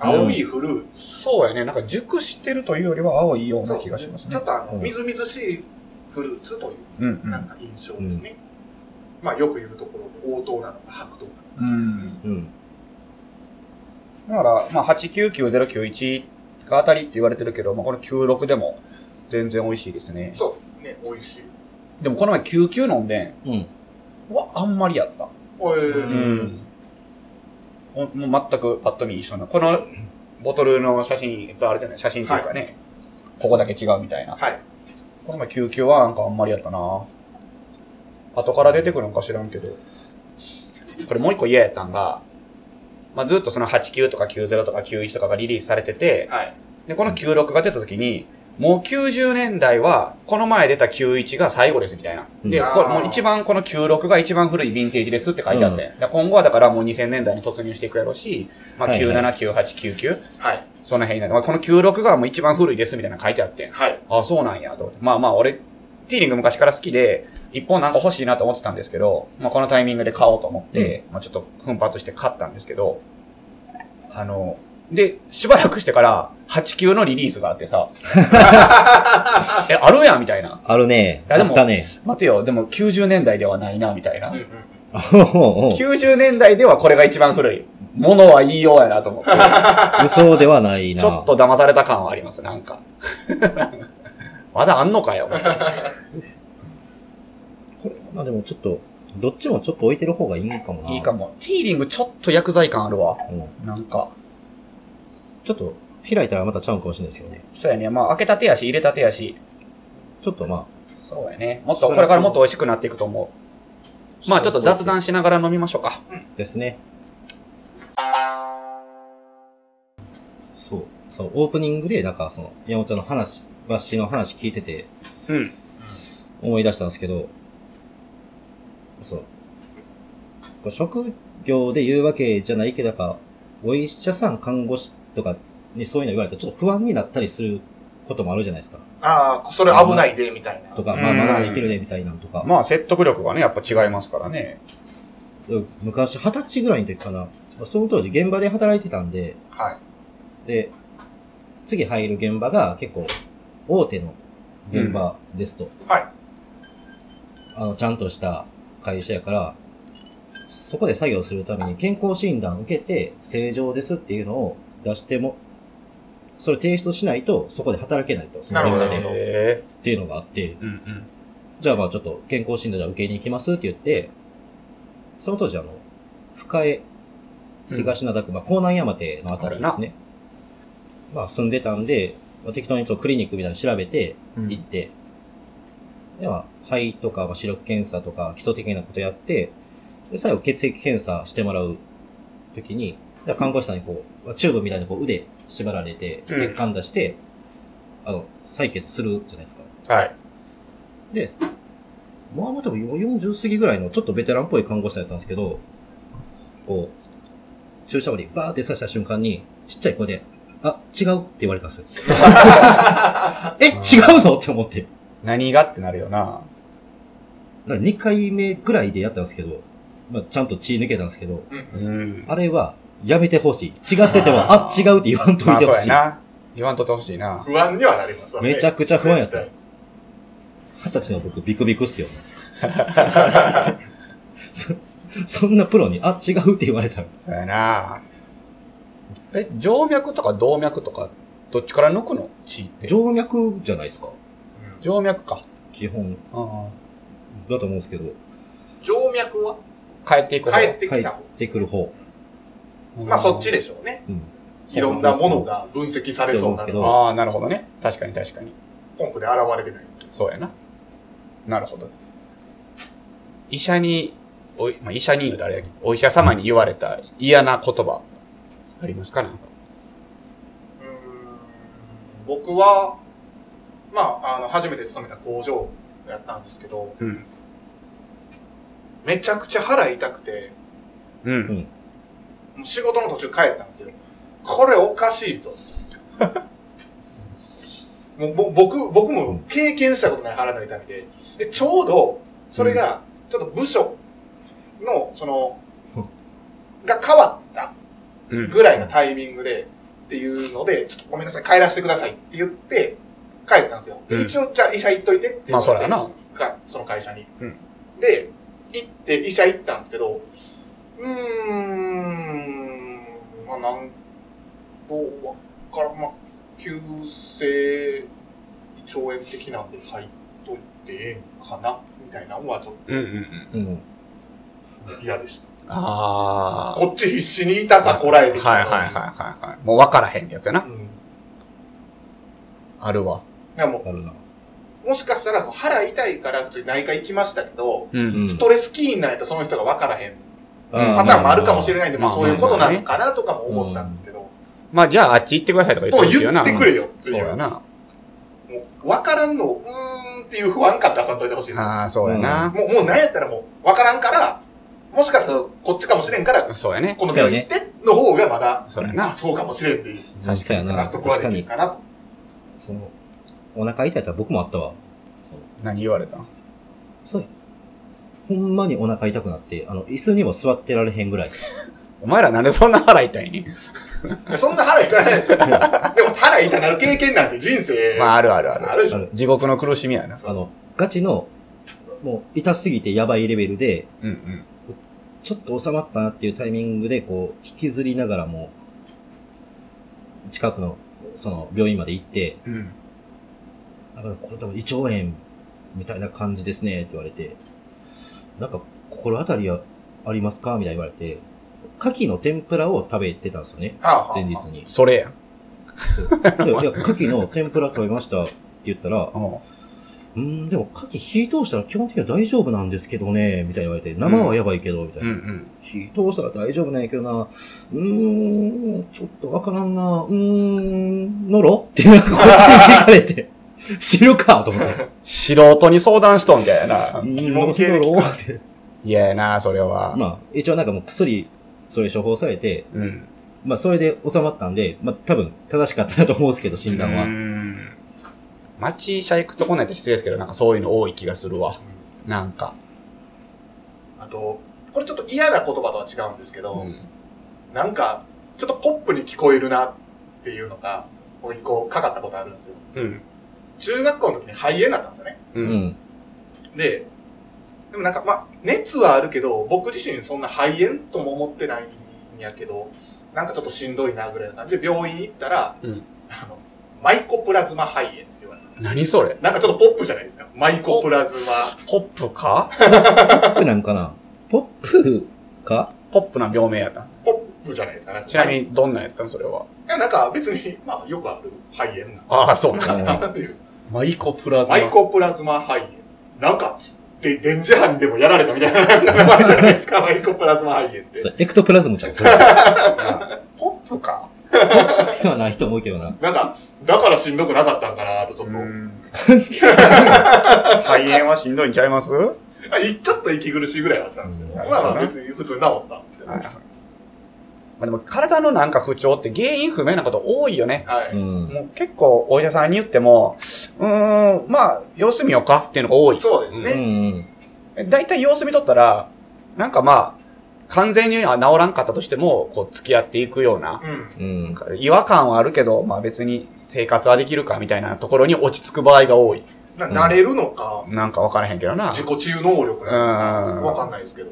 Speaker 4: 青いフルーツ。
Speaker 2: そうやね。なんか熟してるというよりは青いような気がします
Speaker 4: ちょ
Speaker 2: ね
Speaker 4: っ。とあの、
Speaker 3: うん
Speaker 4: みずみずしいフルーツという
Speaker 2: うん
Speaker 4: なんか印象ですね。まあよく言うところで応答なのか白桃なのか。
Speaker 2: うん。うん。
Speaker 3: うん。
Speaker 2: だから、まあ、899091が当たりって言われてるけど、まあ、この96でも全然美味しいですね。
Speaker 4: そうですね、美味しい。
Speaker 2: でもこの前99飲んでん、
Speaker 3: うん。
Speaker 2: はあんまりやった。
Speaker 4: おい、
Speaker 3: うん
Speaker 2: ほんもう全くパッと見一緒な。このボトルの写真いっぱいあるじゃない写真というかね、ここだけ違うみたいな。
Speaker 4: はい。
Speaker 2: この前救急はなんかあんまりやったな。後から出てくるんか知らんけど。これもう一個嫌やったんが、まあ、ずっとその89とか90とか91とかがリリースされてて、
Speaker 4: はい。
Speaker 2: で、この96が出た時に、もう90年代は、この前出た91が最後ですみたいな。で、
Speaker 4: うん
Speaker 2: これもう一番この96が一番古いヴィンテージですって書いてあって、で今後はだからもう2000年代に突入していくやろうし、まあ、
Speaker 3: はいはい
Speaker 2: 97、98、99、
Speaker 4: はい。
Speaker 2: その辺になる。まあ、この96がもう一番古いですみたいなの書いてあって、
Speaker 4: はい。
Speaker 2: あ、そうなんや、と思って。まあまあ、俺、ティーリング昔から好きで、一本なんか欲しいなと思ってたんですけど、まあこのタイミングで買おうと思って、まあちょっと奮発して買ったんですけど、あの、で、しばらくしてから、8級のリリースがあって さ、え、あるやんみたいな。
Speaker 3: あるね。
Speaker 2: いや
Speaker 3: あ
Speaker 2: でも
Speaker 3: った ね。
Speaker 2: 待てよ、でも90年代ではないな、みたいな
Speaker 4: うん。うんうん。
Speaker 3: おうおう
Speaker 2: 90年代ではこれが一番古い。ものは言いようやなと思って、
Speaker 3: 予想ではないな。
Speaker 2: ちょっと騙された感はあります、なん か。まだあんのかよ。
Speaker 3: これ、まあでもちょっと、どっちもちょっと置いてる方がいいんかもな。
Speaker 2: いいかも。ティーリングちょっと薬剤感あるわ。
Speaker 3: うん
Speaker 2: なんか。
Speaker 3: ちょっと、開いたらまたちゃうんかもしれないですけどね。
Speaker 2: そうやね。まあ、開けたてやし、入れたてやし。
Speaker 3: ちょっとま
Speaker 2: そうやね。もっと、これからもっと美味しくなっていくと思う。まあ、ちょっと雑談しながら飲みましょうか。
Speaker 3: あ、ですね。そう。そう、オープニングで、なんかその、山本ちゃんの話、バッシーの話聞いてて、
Speaker 2: うん。
Speaker 3: 思い出したんですけど、そう。こう職業で言うわけじゃないけど、やっぱ、お医者さん、看護師とかにそういうの言われたら、ちょっと不安になったりすることもあるじゃないですか。
Speaker 4: ああ、それ危ないで、みたいな。
Speaker 3: とか、まあ、
Speaker 2: うん
Speaker 3: まだまだいけるね、みたいなのとか。
Speaker 2: まあ、説得力がね、やっぱ違いますからね。
Speaker 3: 昔、二十歳ぐらいの時かな。まあその当時、現場で働いてたんで、
Speaker 4: はい。
Speaker 3: で、次入る現場が結構、大手の現場ですと。
Speaker 4: んはい。
Speaker 3: あの、ちゃんとした会社やから、そこで作業するために健康診断受けて、正常ですっていうのを出しても、それ提出しないと、そこで働けないと。その
Speaker 4: なるほど
Speaker 3: 現場で
Speaker 4: なるほ
Speaker 2: へ
Speaker 3: っていうのがあって、
Speaker 2: え。うんうん。
Speaker 3: じゃあまあちょっと健康診断じゃあ受けに行きますって言って、その当時あの、深江、東灘区、まあ、江南山手のあたりですね。まあ、住んでたんで、まあ、適当にちょっとクリニックみたいなの調べて、
Speaker 2: うん
Speaker 3: 行って、で、まあ、肺とか、まあ、視力検査とか、基礎的なことやって、で、最後血液検査してもらうときに、で看護師さんにこう、まあチューブみたいにこう腕縛られて、
Speaker 2: うん
Speaker 3: 血管出して、あの、採血するじゃないですか。
Speaker 2: はい。
Speaker 3: で、まあまあ多分40過ぎぐらいのちょっとベテランっぽい看護師さんやったんですけど、こう、注射針バーって刺した瞬間に、ちっちゃい声で、あ、違うって言われたんですよ。え、違うのって思って。
Speaker 2: 何がってなるよな。
Speaker 3: なんか2回目ぐらいでやったんですけど、まあ、ちゃんと血抜けたんですけど、
Speaker 4: うんう。
Speaker 2: うんん。
Speaker 3: あれはやめてほしい。違ってても、あ
Speaker 4: あ、
Speaker 3: 違
Speaker 4: ー
Speaker 3: うって言わんとい
Speaker 2: まあ、
Speaker 3: て
Speaker 2: そ
Speaker 3: ほ
Speaker 2: うや
Speaker 3: しい。
Speaker 2: な。言わんとってほしいな。
Speaker 4: 不安にはなりますわね。
Speaker 3: めちゃくちゃ不安やった
Speaker 4: 絶
Speaker 3: 二十歳の僕ビクビクっすよ。そ そんなプロに、あ、違うって言われたら、
Speaker 2: そうやな。え、静脈とか動脈とか、どっちから抜くの血って。
Speaker 3: 静脈じゃないですか。
Speaker 4: 対うん
Speaker 2: 静脈か。
Speaker 3: 基本
Speaker 2: うん。
Speaker 3: だと思うんですけど、
Speaker 4: 静脈は
Speaker 2: 帰っていく方
Speaker 4: 帰って
Speaker 3: 帰
Speaker 4: き
Speaker 3: った
Speaker 4: 方。
Speaker 3: てくる方。
Speaker 2: うん
Speaker 4: まあそっちでしょうね。
Speaker 3: うん。
Speaker 4: いろんなものが分析されそうな
Speaker 3: って
Speaker 4: の
Speaker 3: 思う
Speaker 2: ああ、なるほどね。確かに確かに。
Speaker 4: ポンプで現れてない。
Speaker 2: そうやな。なるほど。医者に、おいまあ、医者に言うとあれやけど、お医者様に言われた嫌な言葉、ありますかなんか。
Speaker 4: うーん僕は、まあ、あの、初めて勤めた工場やったんですけど、
Speaker 2: うん。
Speaker 4: めちゃくちゃ腹痛くて、
Speaker 2: うん。
Speaker 4: もう仕事の途中帰ったんですよ。これおかしいぞ。 もうぼ僕、僕も経験したことない腹の痛みで。で、ちょうど、それが、ちょっと部署の、その、が変わった
Speaker 2: うん。
Speaker 4: ぐらいのタイミングで、っていうので、ちょっとごめんなさい、帰らせてくださいって言って、帰ったんですよ。で
Speaker 2: うん
Speaker 4: 一応、じゃあ医者行っといてって言って
Speaker 2: まあそらな
Speaker 4: かその会社に。
Speaker 2: うん
Speaker 4: で、行って、医者行ったんですけど、うーん、まあ、なんと、わからんまあ、急性胃腸炎的なんで書いといてええんかな、みたいなのはちょっ
Speaker 2: うんうんうん。
Speaker 3: うん。
Speaker 4: と嫌でした。
Speaker 2: ああ。
Speaker 4: こっち必死に痛さこらえてきたの
Speaker 2: はい
Speaker 4: に。
Speaker 2: はいはいはいはい。もう分からへんってやつやな。
Speaker 4: うん。
Speaker 2: あるわ。
Speaker 4: でも
Speaker 3: あるな。
Speaker 4: もしかしたら腹痛いから普通に内科行きましたけど、
Speaker 2: うん
Speaker 3: うん
Speaker 4: ストレスキーになるとその人が分からへん
Speaker 2: うん
Speaker 4: パターンもあるかもし
Speaker 3: ない。
Speaker 4: れないんで、まあ
Speaker 2: まあ
Speaker 4: そういうことなのかなとかも思ったんですけど、
Speaker 2: まあ、じゃああっち行ってくださいとか言って
Speaker 4: と
Speaker 2: ほしいよ
Speaker 4: 言
Speaker 2: な。
Speaker 4: ってくれよって
Speaker 2: そう
Speaker 4: い
Speaker 2: や
Speaker 4: う。
Speaker 2: な。
Speaker 4: もう分からんの、うーんっていう不安感出さんといてほしいです。
Speaker 2: ああ、そうやな。
Speaker 4: もう、もうなんやったらもう分からんから、もしかしたらこっちかもしれんから、
Speaker 2: そうやね。
Speaker 4: この病院行っての方がまだ、
Speaker 2: そうや
Speaker 4: あ
Speaker 2: な。
Speaker 4: そうかもしれんでいいし、
Speaker 3: 確かにな。
Speaker 4: 納得は
Speaker 3: 確か
Speaker 4: できる
Speaker 3: に。
Speaker 4: かなと。
Speaker 3: その、お腹痛いとは僕もあったわ。そう。
Speaker 2: 何言われたん
Speaker 3: そう。ほんまにお腹痛くなって、あの、椅子にも座ってられへんぐらい。
Speaker 2: お前らなんでそんな腹痛いね
Speaker 4: いやそんな腹痛ないです よ。でも腹痛なる経験なんて人生、
Speaker 2: まあ、あるあるある。
Speaker 4: あるでし
Speaker 3: あ
Speaker 4: ょ。
Speaker 3: の、
Speaker 2: 地獄の苦しみやな。
Speaker 3: あのガチの、もう痛すぎてやばいレベルで、
Speaker 2: うんうん。
Speaker 3: ちょっと収まったなっていうタイミングで、こう、引きずりながらも、近くの、その、病院まで行って、
Speaker 2: うん。
Speaker 3: あこれ多分胃腸炎みたいな感じですね、って言われて、なんか、心当たりはありますかみたいな言われて、牡蠣の天ぷらを食べてたんですよね、
Speaker 4: はあはあ
Speaker 3: 前日に。
Speaker 2: それやん。
Speaker 3: そうでいや、牡蠣の天ぷら食べましたって言ったら、
Speaker 2: うん
Speaker 3: うーん、でも牡蠣火通したら基本的には大丈夫なんですけどね、みたいに言われて、生はやばいけど、みたい
Speaker 2: うんう
Speaker 3: な。
Speaker 2: ん。
Speaker 3: 火通したら大丈夫なんやけどな、うーん、ちょっとわからんな、うーん、のろってなんかこっちに聞かれて、知るかと思って。
Speaker 2: 素人に相談しとんじゃやな
Speaker 3: う。ーん、のろって。
Speaker 2: 嫌やな、それは。
Speaker 3: まあ、一応なんかもう薬、それ処方されて、
Speaker 2: うん。
Speaker 3: まあそれで収まったんで、まあ多分正しかったなと思うんですけど、診断は。
Speaker 2: は。町医者行くとこないと失礼ですけど、なんかそういうの多い気がするわ。なんか。
Speaker 4: あと、これちょっと嫌な言葉とは違うんですけど、
Speaker 2: うん。
Speaker 4: なんか、ちょっとポップに聞こえるなっていうのが、もう一個かかったことあるんですよ。
Speaker 2: うん。
Speaker 4: 中学校の時に肺炎になったんですよね。
Speaker 2: う。
Speaker 3: うんん。
Speaker 4: で、でもなんか、まあ、熱はあるけど、僕自身そんな肺炎とも思ってないんやけど、なんかちょっとしんどいなぐらいの感じで病院行ったら、
Speaker 2: うん
Speaker 4: あの、マイコプラズマ肺炎って言われた。
Speaker 2: 何それ
Speaker 4: なんかちょっとポップじゃないですか。マイコプラズマ。
Speaker 2: ポップか
Speaker 3: ポップなんかなポップか
Speaker 2: ポップな病名やった。
Speaker 4: ポップじゃないですか。なんか
Speaker 2: ちなみに、どんなんやったのそれは。
Speaker 4: いや、なんか別に、まあ、よくある肺炎な
Speaker 2: あ あ、そうな。
Speaker 3: うん
Speaker 4: んだっていう。
Speaker 2: マイコプラズマ。
Speaker 4: マイコプラズマ肺炎。なんか、で、電磁波にでもやられたみた いな名前じゃないですか、マイコプラズマ肺炎って
Speaker 3: そ。れエクトプラズムちゃうそれ。
Speaker 2: ポップか
Speaker 3: ではない人も多いけどな。
Speaker 4: なんか、だからしんどくなかったんかなと、ちょっと。
Speaker 2: 肺炎はしんどいんちゃいます
Speaker 4: あいちょっと息苦しいぐらいだったんですけど、
Speaker 2: うん
Speaker 4: まあまあ別に普通に治ったんですけど。
Speaker 2: は
Speaker 4: はいい。
Speaker 2: まあでも体のなんか不調って原因不明なこと多いよね。
Speaker 3: うん。
Speaker 2: もう結構お医者さんに言っても、うーん、まあ、様子見ようかっていうのが多い。
Speaker 4: そうです
Speaker 3: う
Speaker 4: ね。
Speaker 3: ん。
Speaker 2: だいたい様子見とったら、なんかまあ、完全には治らんかったとしても、こう付き合っていくような、
Speaker 4: う
Speaker 3: う
Speaker 4: ん。
Speaker 3: ん
Speaker 2: なん。か違和感はあるけど、まあ別に生活はできるかみたいなところに落ち着く場合が多い。
Speaker 4: な慣れるのか、
Speaker 2: なんかわからへんけどな。
Speaker 4: 自己治癒能力
Speaker 2: う
Speaker 4: なの
Speaker 2: ー
Speaker 4: か、
Speaker 2: ん。
Speaker 4: わかんないですけど。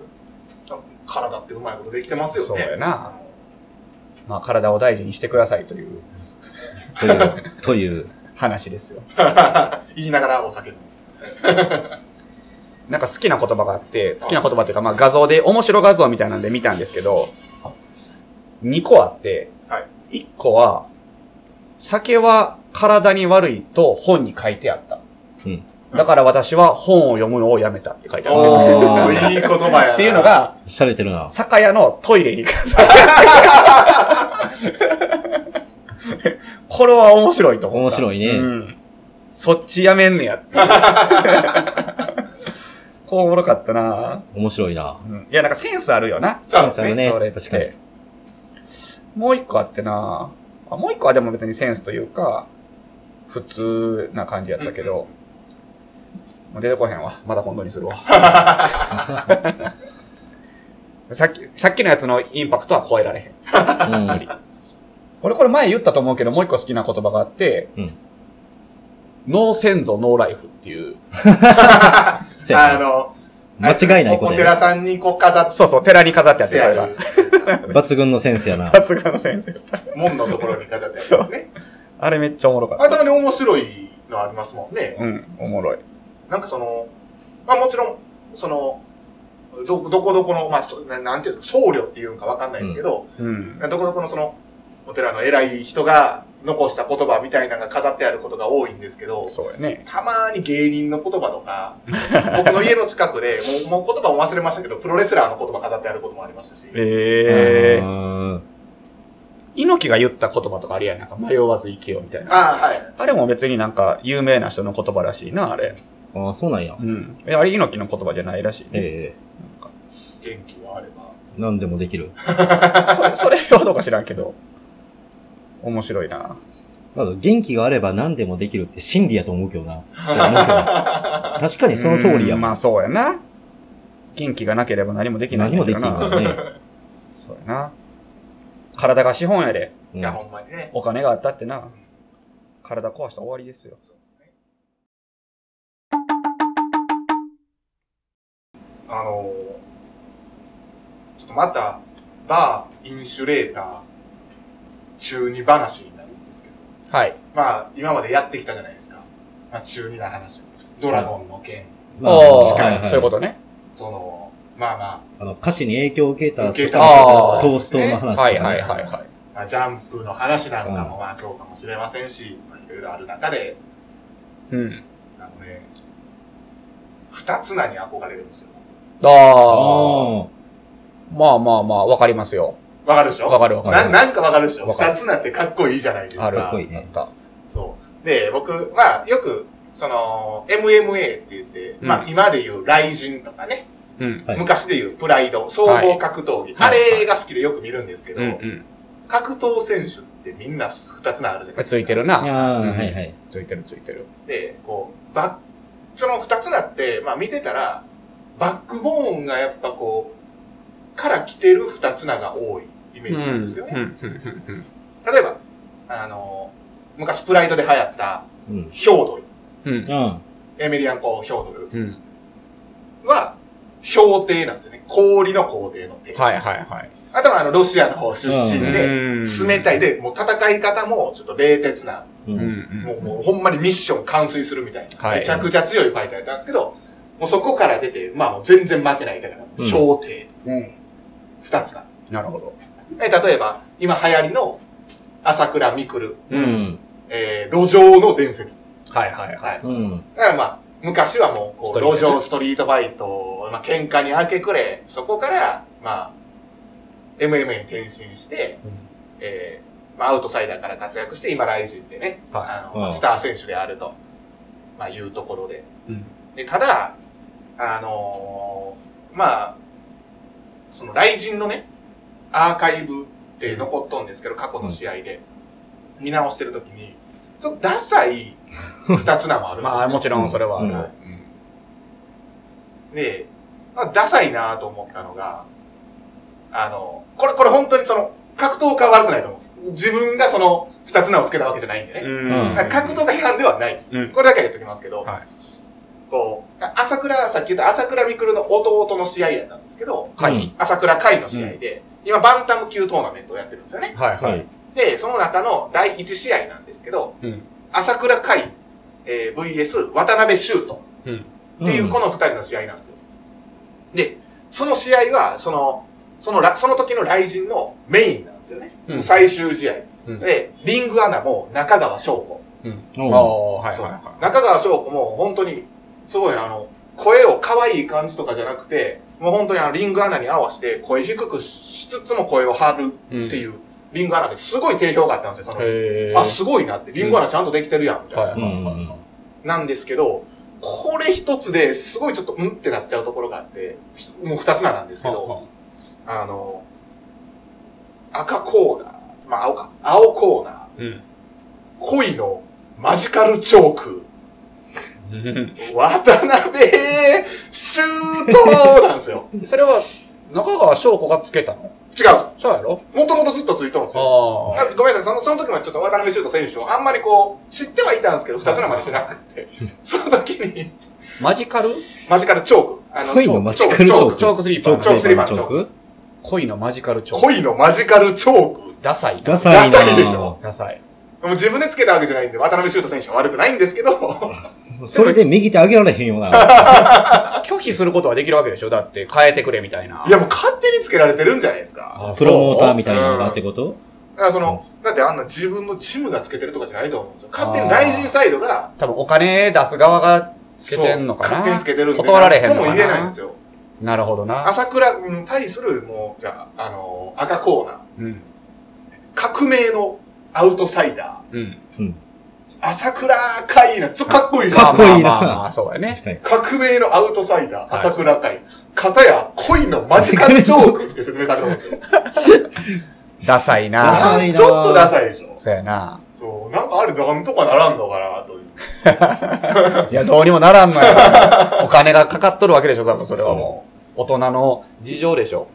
Speaker 4: 体ってうまいことできてますよね。
Speaker 2: そうやな。まあ体を大事にしてくださいという
Speaker 3: という、という。
Speaker 2: 話ですよ。
Speaker 4: 言いながらお酒飲む。
Speaker 2: なんか好きな言葉があって、好きな言葉っていうか、まあ画像で、面白画像みたいなんで見たんですけど、2個あって、
Speaker 4: はい
Speaker 2: 1個は、酒は体に悪いと本に書いてあった。
Speaker 3: うん
Speaker 2: だから私は本を読むのをやめたって書いてあっ
Speaker 4: おー、いい言葉
Speaker 2: た。
Speaker 4: やな。
Speaker 2: っていうの、が、
Speaker 3: しゃれてる な。
Speaker 2: 酒屋のトイレに書かれてこれは面白いと思
Speaker 3: 面
Speaker 2: った。
Speaker 3: 白いね。
Speaker 2: うん。そっちやめんねやっていう。こうおもろかったな
Speaker 3: 面白いな。
Speaker 2: うんいや、なんかセンスあるよな。
Speaker 4: そう
Speaker 3: センスあ
Speaker 4: ですね
Speaker 3: るね。
Speaker 2: それって
Speaker 3: 確かに。
Speaker 2: もう一個あってなあもう一個はでも別にセンスというか、普通な感じやったけど、もう出てこへんわ。まだ今度にす るわ。さっき、さっきのやつのインパクトは超えられへん。
Speaker 3: うん。
Speaker 2: 俺これ前言ったと思うけど、もう一個好きな言葉があって、
Speaker 3: うん
Speaker 2: ノー先祖、ノーライフっていう。
Speaker 3: せ
Speaker 4: あ
Speaker 3: やな
Speaker 4: の、
Speaker 3: 間違いない
Speaker 4: お
Speaker 3: 答
Speaker 4: お
Speaker 3: え
Speaker 4: 寺さんにこう飾っ
Speaker 2: そうそう、寺に飾ってあって、
Speaker 4: て
Speaker 2: それ
Speaker 4: あ
Speaker 2: が
Speaker 4: る。。
Speaker 3: 抜群のセンスやな。
Speaker 2: さすがの先生。
Speaker 4: 門のところに飾ってあるんですね。
Speaker 2: あれめっちゃおもろか
Speaker 4: あ
Speaker 2: っ
Speaker 4: たまに面白いのありますもんね。
Speaker 2: た。うん、おもろい。
Speaker 4: なんかその、まあもちろん、その、ど、どこどこの、まあ、そななんていうんですか、僧侶っていうんかわかんないですけど、
Speaker 2: うん。
Speaker 4: どこどこのその、お寺の偉い人が残した言葉みたいなのが飾ってあることが多いんですけど、
Speaker 2: そうやね。
Speaker 4: たまに芸人の言葉とか、僕の家の近くで、もうもう言葉も忘れましたけど、プロレスラーの言葉飾ってあることもありましたし、
Speaker 2: ええー。
Speaker 3: あ
Speaker 2: 猪木が言った言葉とかあれやんなんか迷わず生きようみたいな。
Speaker 4: ああ、はい。
Speaker 2: あれも別になんか有名な人の言葉らしいな、あれ。
Speaker 3: ーあー、そうなんや。
Speaker 2: うん。えあれ猪木の言葉じゃないらしい、ね
Speaker 3: え
Speaker 4: 元気があれば。
Speaker 3: え何でもできる。
Speaker 2: そ。そ れはどうか知らんけど。面白いな。
Speaker 3: まず、元気があれば何でもできるって真理やと思うけどな。って思うけど確かにその通りや
Speaker 2: うん
Speaker 3: もん。
Speaker 2: まあそうやな。元気がなければ何もできないん
Speaker 3: 何
Speaker 2: だけ
Speaker 3: もで
Speaker 2: ど
Speaker 3: きん
Speaker 2: な。
Speaker 3: からね。
Speaker 2: そうやな。体が資本やで。
Speaker 3: うん
Speaker 4: いや、ほんまにね。
Speaker 2: お金があったってな。体壊したら終わりですよ。
Speaker 4: あのー、ちょっとまた、バー、インシュレーター、中二話になるんですけど、
Speaker 2: はい。
Speaker 4: まあ、今までやってきたじゃないですか。まあ、中二な話。ドラゴンの剣、
Speaker 3: まあ、
Speaker 2: おー
Speaker 3: はいはい
Speaker 2: そういうことね。
Speaker 4: その、まあま
Speaker 3: あの、歌詞に影響を受けた
Speaker 4: 受
Speaker 3: と
Speaker 4: けた
Speaker 3: か、
Speaker 2: あー
Speaker 3: トーストの話とか、ね。
Speaker 2: はいはいはいは
Speaker 4: あ、まあ、ジャンプの話なんかも
Speaker 3: うん
Speaker 4: まあそうかもしれませんし、まあ、いろいろある中で、
Speaker 2: い。うん。
Speaker 4: あのね、二つなに憧れるんですよ。
Speaker 2: あ
Speaker 3: あ
Speaker 2: あ。まあまあまあ、わかりますよ。
Speaker 4: わかるでしょ
Speaker 2: わかるわか
Speaker 4: な
Speaker 2: る。
Speaker 4: なんかわかるでしょ
Speaker 2: わかる
Speaker 4: 二つなってかっこいいじゃないですか。
Speaker 2: ある。
Speaker 3: っこいいね
Speaker 2: なんか
Speaker 4: そう。で、僕、まあ、よく、その、MMA って言って、
Speaker 2: うん
Speaker 4: まあ、今で言う雷神とかね、
Speaker 2: うん。
Speaker 3: はい
Speaker 4: 昔で言うプライド、総合格闘技、
Speaker 2: はい
Speaker 4: あれが好きでよく見るんですけど、
Speaker 2: うんうん。
Speaker 4: 格闘選手ってみんな二つなあるじゃないですか。
Speaker 2: ついてる
Speaker 3: あ。い
Speaker 2: な。
Speaker 3: やーはいはい。
Speaker 2: ついてるついてる。
Speaker 4: で、こう、バッ、その二つなって、まあ見てたら、バックボーンがやっぱこう、から来てる二つなが多いイメ
Speaker 2: うん。
Speaker 4: ー
Speaker 2: うん。う
Speaker 4: ジなん
Speaker 2: ん
Speaker 4: ですよね。
Speaker 2: うん。
Speaker 4: 例えば、あの、昔プライドで流行った
Speaker 3: うん。
Speaker 4: ヒョードル、
Speaker 2: うん。
Speaker 3: うん。
Speaker 4: エメリアンコーヒョードル
Speaker 2: うん。
Speaker 4: は、氷帝なんですよね。氷の皇帝の帝。
Speaker 2: はいはいはい。
Speaker 4: あとはあの、ロシアの方出身で、
Speaker 2: うん
Speaker 4: 冷たい。で、もう戦い方もちょっと冷徹な
Speaker 3: う
Speaker 2: うん
Speaker 3: ん。
Speaker 2: うん。
Speaker 4: もうもうほんまにミッション完遂するみたいな、
Speaker 2: はい
Speaker 4: めちゃくちゃ強いファイターやったんですけど、もうそこから出て、まあもう全然負けないだから、
Speaker 3: うん
Speaker 4: 小艇、二つだ。
Speaker 2: なるほど。
Speaker 4: え例えば、今流行りの朝倉未来、
Speaker 3: う。ん。
Speaker 4: えー、路上の伝説。
Speaker 2: はいはいはい。
Speaker 3: うん。
Speaker 4: だからまあ、昔はもうこ
Speaker 2: スト
Speaker 4: う、
Speaker 2: リートね
Speaker 4: 路上ストリートファイト、まあ喧嘩に明け暮れ、そこから、まあ、MMA に転身して、えー、まあアウトサイダーから活躍して、今ライジンでね、
Speaker 2: はい
Speaker 4: あの、
Speaker 3: うん
Speaker 4: スター選手であると、まあいうところで。
Speaker 2: うん。
Speaker 4: で、ただ、あのーまあ、その雷神のね、アーカイブって残っとんですけど、過去の試合で、見直してるときに、ちょっとダサい二つ名もあるんです よ。
Speaker 2: まあもちろんそれはある。
Speaker 3: うん
Speaker 4: で、まあ、ダサいなと思ったのが、あの、これ、これ本当にその、格闘家は悪くないと思うんです。自分がその、二つ名をつけたわけじゃないんでね。
Speaker 2: うん
Speaker 4: だから格闘家批判ではないです。
Speaker 2: うん
Speaker 4: これだけは言っときますけど、
Speaker 2: はい
Speaker 4: こう、あ朝倉、さっき言った朝倉未来の弟の試合やったんですけど、
Speaker 2: は
Speaker 3: う
Speaker 2: い
Speaker 3: ん。
Speaker 4: 朝倉海の試合で、今バンタム級トーナメントをやってるんですよね。
Speaker 2: はいは
Speaker 3: はいい。。
Speaker 4: で、その中の第1試合なんですけど、
Speaker 2: うん
Speaker 4: 朝倉海、えー VS 渡辺修斗っていうこ
Speaker 3: の、
Speaker 4: の二人の試合なんですよ。で、その試合は、その、そのら、その時の雷神のメインなんですよね。
Speaker 2: うん
Speaker 4: 最終試合。
Speaker 2: うん
Speaker 4: で、リングアナも中川翔子。
Speaker 2: あ
Speaker 3: お
Speaker 2: あ、はい
Speaker 4: そう
Speaker 2: はいはい。
Speaker 4: 中川翔子も本当に、すごいあの、声を可愛い感じとかじゃなくて、もう本当にあの、リングアナに合わせて声低くしつつも声を張る
Speaker 2: っ
Speaker 4: って
Speaker 2: う
Speaker 4: い。う、リングアナですごい定評があったんですよ、その。
Speaker 2: へえ。
Speaker 4: あ、すごいなって、リングアナちゃんとできてるやん、みたいな。
Speaker 2: はいはいはいはい。
Speaker 4: なんですけど、これ一つですごいちょっとうんってなっちゃうところがあって、ひもう二つ名なんですけど、あの、赤コーナー、まあ青か、青コーナー、
Speaker 2: うん。
Speaker 4: 恋のマジカルチョーク、渡辺シュートなんですよ。
Speaker 2: それは、中川翔子がつけたの
Speaker 4: 違うっす
Speaker 2: そうやろ
Speaker 4: もともとずっとついてるんですよ。
Speaker 2: ああ。
Speaker 4: あごめんなさい、そのその時までちょっと渡辺修斗選手をあんまりこう、知ってはいたんですけど、二つ名まで知らなくて、その時に、
Speaker 2: マジカル
Speaker 4: マジカルチョーク。あ
Speaker 3: 恋のマジカルチョーク
Speaker 2: チョークスリー
Speaker 3: チ
Speaker 2: パ
Speaker 3: ョーク
Speaker 2: ー。
Speaker 3: テーマのチョーク
Speaker 2: 恋のマジカルチョーク。
Speaker 4: 恋のマジカルチョーク。
Speaker 2: ダサいな。
Speaker 3: ダサいな
Speaker 4: ダサいでしょ
Speaker 2: ダサい。
Speaker 4: もう自分でつけたわけじゃないんで、渡辺修斗選手は悪くないん ですけど、
Speaker 3: それで右手上げられへんよな。
Speaker 2: 拒否することはできるわけでしょだって変えてくれみたいな。
Speaker 4: いやもう勝手につけられてるんじゃないですか。
Speaker 2: あ、
Speaker 3: プロモーターみ
Speaker 2: た
Speaker 3: たいなのがってこと
Speaker 4: だからその、だってあんな自分のチームがつけてるとかじゃないと思うんですよ。勝手に大臣サイドが、
Speaker 2: 多分お金出す側がつけてんのか
Speaker 4: そう勝手
Speaker 2: な
Speaker 4: につけてるんで。
Speaker 2: 断られへんのかな
Speaker 4: とも言えないんですよ。
Speaker 2: なるほどな。
Speaker 4: 朝倉に対する、もう、じゃあ、あの、赤コーナー。
Speaker 2: うん。
Speaker 4: 革命のアウトサイダー。
Speaker 2: うん。
Speaker 4: 朝倉海なんです。ちょっとかっこいいじ
Speaker 3: か
Speaker 4: ゃ
Speaker 2: ま
Speaker 4: ん
Speaker 2: あ
Speaker 3: っこいいな
Speaker 2: まあまあまあ、そうやね。
Speaker 3: 確かに。
Speaker 4: 革命のアウトサイダー、
Speaker 2: はい
Speaker 4: 朝倉海。片や恋のマジカルジョークって説明されたんですよ。
Speaker 2: ダサい
Speaker 3: ダ
Speaker 2: な。
Speaker 3: サいな
Speaker 4: な
Speaker 3: ん
Speaker 4: ちょっとダサいでしょ。
Speaker 2: そうやな。
Speaker 4: そう、なんかあれなんとかならんのかな、という。
Speaker 2: いや、どうにもならんのよ。お金がかかっとるわけでしょ、多分それはもう。大人の事情でしょ。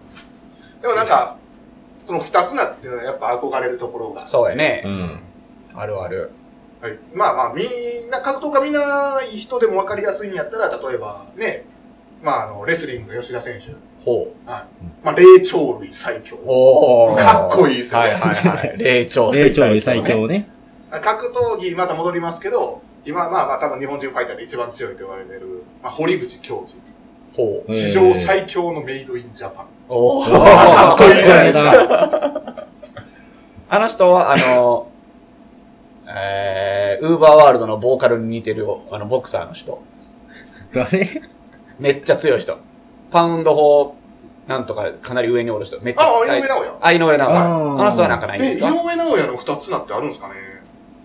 Speaker 4: でもなんか、その二つなっていうのはやっぱ憧れるところが。
Speaker 2: そうやね。
Speaker 3: うん。
Speaker 2: あるある。
Speaker 4: はい、まあまあ、みんな、格闘家みんないい人でも分かりやすいんやったら、例えばね、まあ、あの、レスリングの吉田選手。
Speaker 2: ほう。
Speaker 4: まあ、霊長類最強。
Speaker 2: おー
Speaker 4: かっこいいですね
Speaker 2: はいはいはい。霊長
Speaker 3: 霊長類最。強ね。
Speaker 4: 格闘技、また戻りますけど、今、まあまあ、多分日本人ファイターで一番強いと言われてる、まあ、堀口教授。
Speaker 2: ほう。
Speaker 4: 史上最強のメイドインジャパン。
Speaker 2: おー
Speaker 3: 強。かっこいいじゃないですか。
Speaker 2: あの人は、あの、 えー、ウーバーワールドのボーカルに似てる、あの、ボクサーの人。
Speaker 3: 誰
Speaker 2: めっちゃ強い人。パウンド法、なんとか、かなり上におる人。めっちゃ
Speaker 4: ああ、井
Speaker 2: 大
Speaker 4: 上直哉。
Speaker 2: あ、井上なんか。
Speaker 3: あー
Speaker 2: あの人はなんかないんで
Speaker 4: え、
Speaker 2: す
Speaker 4: 井
Speaker 2: か
Speaker 4: 上直哉の二つなってあるんですかね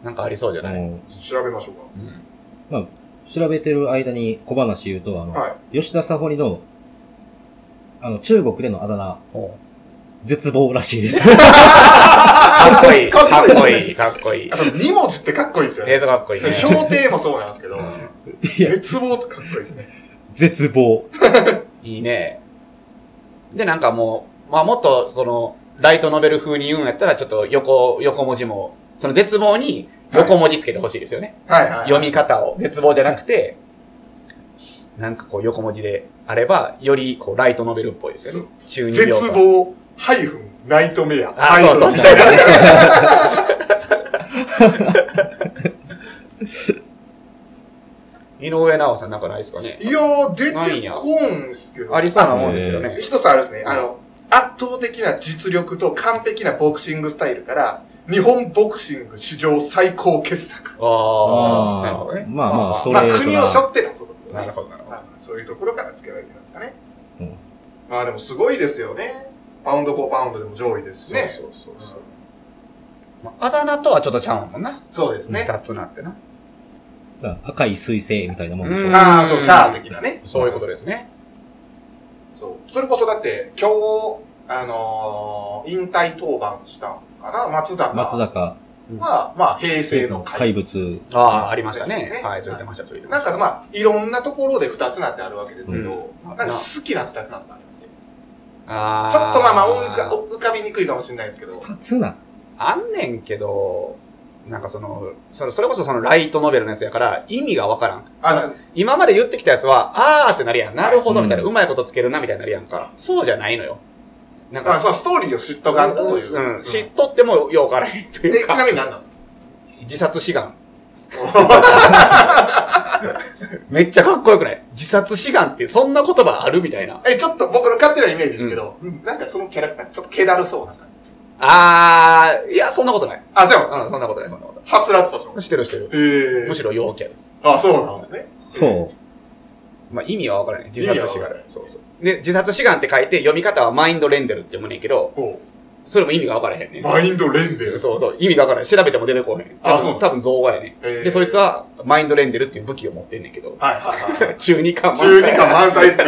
Speaker 2: なんかありそうじゃない、
Speaker 3: うん
Speaker 4: 調べましょうか。
Speaker 2: うん
Speaker 3: 調べてる間に小話言うと、あの、
Speaker 4: は
Speaker 3: 吉田沙保里の、あの、中国でのあだ名、
Speaker 2: おう
Speaker 3: 絶望らしい です。
Speaker 2: かっこいい。
Speaker 4: か
Speaker 2: か
Speaker 4: っ
Speaker 2: っ
Speaker 4: こ
Speaker 2: こ
Speaker 4: い
Speaker 2: いい。かっこいい
Speaker 4: あ、。その二文字ってかっこいいですよ
Speaker 2: 映
Speaker 4: ね。
Speaker 2: 像かっこいいね。
Speaker 4: 評定もそうなんですけど、
Speaker 3: いや、
Speaker 4: 絶望ってかっこいいですね。
Speaker 3: 絶望。
Speaker 2: いいね。で、なんかもう、まあもっと、その、ライトノベル風に言うんやったら、ちょっと横、横文字も、その絶望に横文字つけてほしいですよね。
Speaker 4: はいはい。
Speaker 2: 読み方を、絶望じゃなくて、なんかこう横文字であれば、よりこうライトノベルっぽいですよね。中二
Speaker 4: 絶
Speaker 2: 病とか。
Speaker 4: 望、ハイフン、ナイトメア。
Speaker 2: あ、そうそう
Speaker 4: ハイフン
Speaker 2: そう。 井上直さんなんかないですかね
Speaker 4: いやー、出
Speaker 2: ないん
Speaker 4: て
Speaker 2: や
Speaker 4: こんすけど。
Speaker 2: ありそうなもんですけどね。
Speaker 4: 一つあるですね。あの、圧倒的な実力と完璧なボクシングスタイルから、日本ボクシング史上最高傑作。
Speaker 2: あ
Speaker 3: あー
Speaker 2: あ、なるほどね。
Speaker 3: まあまあスト
Speaker 4: まあ、
Speaker 3: レートな
Speaker 4: 国を背負ってたぞと、
Speaker 2: なるほど、なるほ
Speaker 4: まあまあそういうところからつけられてたんですかね。
Speaker 3: うん
Speaker 4: まあでもすごいですよね。パウンド・フォー・パウンドでも上位ですし
Speaker 2: ど。
Speaker 4: ね。
Speaker 2: そうそうそうそう。まああだ名とはちょっとちゃうもんな。
Speaker 4: そうですね。
Speaker 2: 二つなってな。
Speaker 3: だから赤い彗星みたいなもんでしょ。
Speaker 2: うん
Speaker 4: ああ、そう、シャア的なね。
Speaker 2: そういうことですね。
Speaker 4: そう。それこそだって、今日、あのー引退登板したのかな松坂。
Speaker 3: 松坂、
Speaker 4: は、まあ、平成の怪
Speaker 3: 怪物。
Speaker 2: ああ、ありました
Speaker 4: ですね
Speaker 2: ね。はい、ついてました、ついてま
Speaker 4: なん
Speaker 2: した。
Speaker 4: かまあ、いろんなところで二つなってあるわけですけど、
Speaker 2: うん
Speaker 4: なんか好きな二つなってありますよ。
Speaker 2: あ
Speaker 4: ちょっとまあまあ
Speaker 2: 音
Speaker 4: 浮か、浮かびにくいかもしれないですけど。
Speaker 3: 二つな。
Speaker 2: あんねんけど、なんかその、それそれこそそのライトノベルのやつやから、意味がわからん。
Speaker 4: あの、
Speaker 2: 今まで言ってきたやつは、あーってなるやん。なるほどみたいな、
Speaker 3: う
Speaker 2: うんまいことつけるなみたいになるやんか。そうじゃないのよ。なん
Speaker 4: まあ、
Speaker 2: か、
Speaker 4: そのストーリーを知っとかんとという。
Speaker 2: うん、知っとってもようからへんと
Speaker 4: え、
Speaker 2: いう
Speaker 4: ちな
Speaker 2: か、
Speaker 4: みに何なんですか
Speaker 2: 自殺志願。 めっちゃかっこよくない自殺志願ってそんな言葉あるみたいな。
Speaker 4: え、ちょっと僕の勝手なイメージですけど、うんなんかそのキャラクター、ちょっと気だるそうな感じ。
Speaker 2: あー、いや、そんなことない。
Speaker 4: あ、そうなんですか
Speaker 2: うん、そんなことない、そんなこと
Speaker 4: はつらつとし
Speaker 2: ない。してるしてる。
Speaker 4: へえ
Speaker 2: むしろ陽キャです。
Speaker 4: あ、そうなんですね。
Speaker 3: ほ
Speaker 2: まあ、意味はわからない。自
Speaker 4: 意
Speaker 2: 殺
Speaker 4: 味
Speaker 2: 志願
Speaker 4: はわからない。
Speaker 2: そうそう。で、自殺志願って書いて、読み方はマインドレンデルって読むねんけど、
Speaker 4: ほ
Speaker 2: それも意味がわからへんね。
Speaker 4: うんマインドレンデル。
Speaker 2: そうそう。意味がわからない。調べても出てこへん。
Speaker 4: あ
Speaker 2: 多
Speaker 4: そう
Speaker 2: 分、多分造語やね。
Speaker 4: へー
Speaker 2: で、そいつ。は、マインドレンデルっていう武器を持ってんねんけど、
Speaker 4: はいはいはい。
Speaker 2: 中二感満
Speaker 4: 中
Speaker 2: 載
Speaker 4: 二感満載ですね。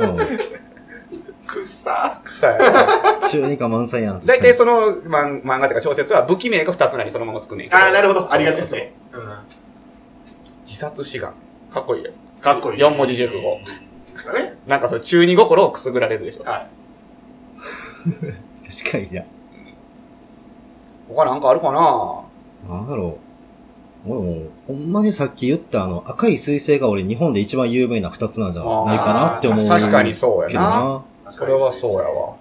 Speaker 3: う。うん
Speaker 4: くっさ
Speaker 2: 臭い。
Speaker 3: 中二か満載やん。
Speaker 2: 大体その漫漫画とか小説は武器名が二つなりそのまま作んねんけど。
Speaker 4: あーなるほ
Speaker 2: そうそ
Speaker 4: ど。
Speaker 2: うそう
Speaker 4: ありがちです。ね。うん
Speaker 2: 自殺志願。かっこいいよ。
Speaker 4: かっこいい。
Speaker 2: 四文字熟語。
Speaker 4: ですかね。
Speaker 2: なんかその中二心をくすぐられるでしょ。
Speaker 4: は
Speaker 3: 確かにや。
Speaker 2: 他なんかあるかな
Speaker 3: なんだろう。俺もう、ほんまにさっき言ったあの、赤い彗星が俺日本で一番有名な二つなんじゃないかなって思う。
Speaker 2: 確かにそう
Speaker 3: け
Speaker 2: や
Speaker 3: ど
Speaker 2: な。
Speaker 3: な。
Speaker 4: い。
Speaker 2: それはそうや。わ。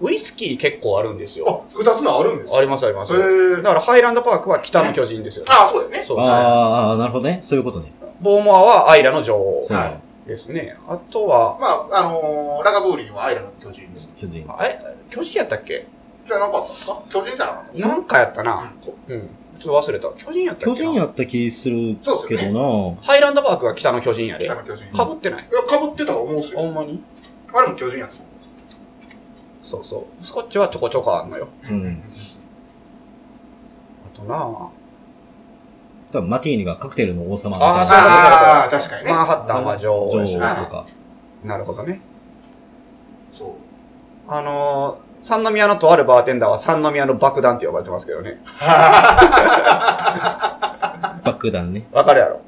Speaker 2: ウイスキー結構あるんですよ。
Speaker 4: あ、二つのあるんです
Speaker 2: ありますあります。だ
Speaker 4: へえ。
Speaker 2: からハイランドパークは北の巨人ですよ。
Speaker 4: あ、そうだよね。
Speaker 2: そうですね。
Speaker 3: あーあー、なるほどね。そういうことね。
Speaker 2: ボーモアはアイラの女王
Speaker 3: そう
Speaker 4: は
Speaker 2: ですね。あとは、
Speaker 4: まあ、あのー、ラガブーリンはアイラの巨人です。
Speaker 3: 巨人。
Speaker 2: あえ、巨人やったっけ
Speaker 4: じゃなかったんですか巨人じゃなかったんですか
Speaker 2: なんかやったな。うん。ちょっと忘れた。巨人やったっけ
Speaker 3: 巨
Speaker 2: な
Speaker 3: 人やった気する
Speaker 4: そう
Speaker 3: け
Speaker 4: ですよね。
Speaker 3: ど
Speaker 2: ハイランドパークは北の巨人やで
Speaker 4: 北。の巨人。
Speaker 2: かぶってない。
Speaker 4: いや、かぶってたと思うんですよ。
Speaker 2: んまに
Speaker 4: あれも巨人やったと思うんですよ。
Speaker 2: そうそう。スコッチはちょこちょこあんのよ。
Speaker 3: なうん。
Speaker 2: あとな
Speaker 3: 多分マティーニがカクテルの王様み
Speaker 2: あー
Speaker 3: たい
Speaker 2: そう
Speaker 3: な。
Speaker 4: ああ、確かにね
Speaker 2: マ。ンハッタンは女王
Speaker 3: 女王
Speaker 2: や
Speaker 3: と
Speaker 2: しな。
Speaker 4: な
Speaker 3: か。
Speaker 2: なるほどね。
Speaker 4: そう。
Speaker 2: あのー、三宮のとあるバーテンダーは三宮の爆弾って呼ばれてますけどね。
Speaker 3: 爆弾ね。
Speaker 2: わかるやろ。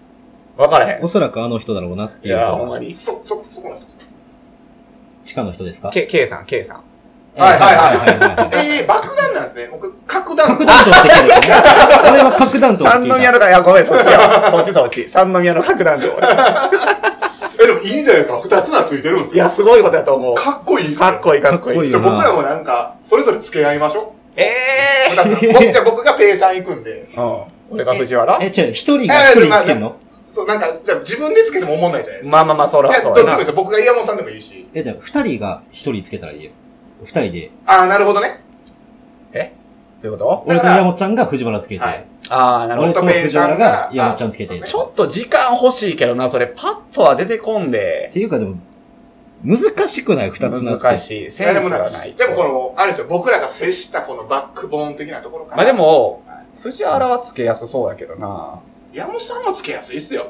Speaker 2: わからへん。
Speaker 3: おそらくあの人だろうなって
Speaker 2: い
Speaker 3: いう
Speaker 2: や、
Speaker 3: 人
Speaker 2: ほんま
Speaker 3: は。
Speaker 2: に。
Speaker 4: そ、そ、そこなんですか
Speaker 3: 地下の人ですか
Speaker 2: K、K さん、K さん。
Speaker 4: はいはいはい
Speaker 3: はいはいはい。
Speaker 4: ええー、爆弾なんですね。僕、核弾。
Speaker 3: 核弾頭って聞いたね。これは核弾頭っ て
Speaker 2: 三
Speaker 3: 聞いた。
Speaker 2: 宮のか、いや、ごめん、そっちや。そっちそっち。三宮の核弾頭。
Speaker 4: え、でもいいじゃないか。二つがついてるんですよ。
Speaker 2: いや、すごいことやと思う。
Speaker 4: かっこいいっすよ。
Speaker 2: かっこいい、かっこ
Speaker 3: かっこい
Speaker 2: い
Speaker 3: い
Speaker 2: い。
Speaker 4: じゃあ僕らもなんか、それぞれ付け合いましょ
Speaker 2: え
Speaker 4: う。二 つ僕じゃあ僕がペイさん行くんで。
Speaker 2: え ー。うん。俺が藤原
Speaker 3: え、違う、一人が一人つけんの
Speaker 4: そう、なんか、じゃあ自分でつけても思わないじゃないですか。
Speaker 2: まあまあまあ、そ
Speaker 4: い
Speaker 2: ら
Speaker 4: や、ど
Speaker 2: そ
Speaker 4: っ
Speaker 2: う
Speaker 4: ち
Speaker 2: や
Speaker 4: もいい
Speaker 2: な
Speaker 4: です。よ。僕が岩本さんでもいいし。
Speaker 3: え、じゃあ二人が一人つけたらいいよ。二人で。
Speaker 4: ああ、なるほどね。
Speaker 2: ということ
Speaker 3: 俺と山ちゃんが藤原つけて。
Speaker 4: はい
Speaker 2: ああ、なるほ
Speaker 3: 俺
Speaker 2: ど。
Speaker 3: と藤原が山ちゃんつけ
Speaker 4: あ
Speaker 3: て。
Speaker 4: そうね
Speaker 2: ちょっと時間欲しいけどな、それ。パッとは出てこん
Speaker 3: っ
Speaker 2: で。
Speaker 3: ていうかでも、難しくない二つなって。
Speaker 2: 難しい。センスがない。
Speaker 4: でもこの、あれですよ、僕らが接したこのバックボーン的なところかな。
Speaker 2: まあで、も、藤原はつけやすそうやけどな。
Speaker 4: 山本さんもつけやすいっすよ。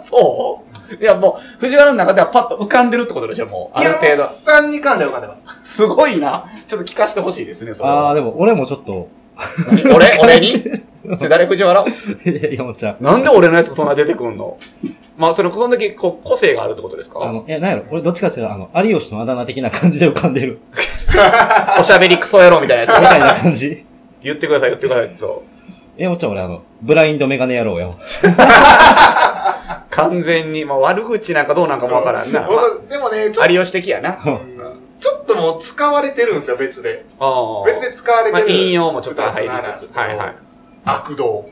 Speaker 2: そういやもう、藤原の中ではパッと浮かんでるってことでしょ、もう。ある程
Speaker 4: 山
Speaker 2: 度
Speaker 4: 本。さんに関しては分かってます。
Speaker 2: すごいな。ちょっと聞かせてほしいですね、それ
Speaker 3: ああ、
Speaker 2: は。
Speaker 3: でも俺もちょっと、
Speaker 2: 俺俺にそれ誰藤原
Speaker 3: 山ちゃん。
Speaker 2: なんで俺のやつそんな出てくんのまあ、その、その時、こう、個性があるってことです
Speaker 3: あ
Speaker 2: か
Speaker 3: の、え、なんやろ俺どっちかっていうと、あの、有吉のあだ名的な感じで浮か んでる。
Speaker 2: おしゃべりクソ野郎みたいな
Speaker 3: み
Speaker 2: や
Speaker 3: たいな感じ。
Speaker 2: つ。言ってください、言ってください。そう。
Speaker 3: 山ちゃん俺あの、ブラインドメガネ野郎やわ。
Speaker 2: 完全に、まあ、悪口なんかどうなんかもわからんな。ま
Speaker 4: 僕でもね、ちょ
Speaker 2: あ
Speaker 4: っ
Speaker 2: 有吉的やな。
Speaker 4: と、ちょっともう使われてるんですよ、別で。
Speaker 2: あ
Speaker 4: 別で使われ
Speaker 2: ま
Speaker 4: て
Speaker 2: あ、
Speaker 4: る。
Speaker 2: 引用もちょっと入りつつ。
Speaker 4: は
Speaker 2: はいい
Speaker 4: は
Speaker 2: はいい。。
Speaker 4: 悪道。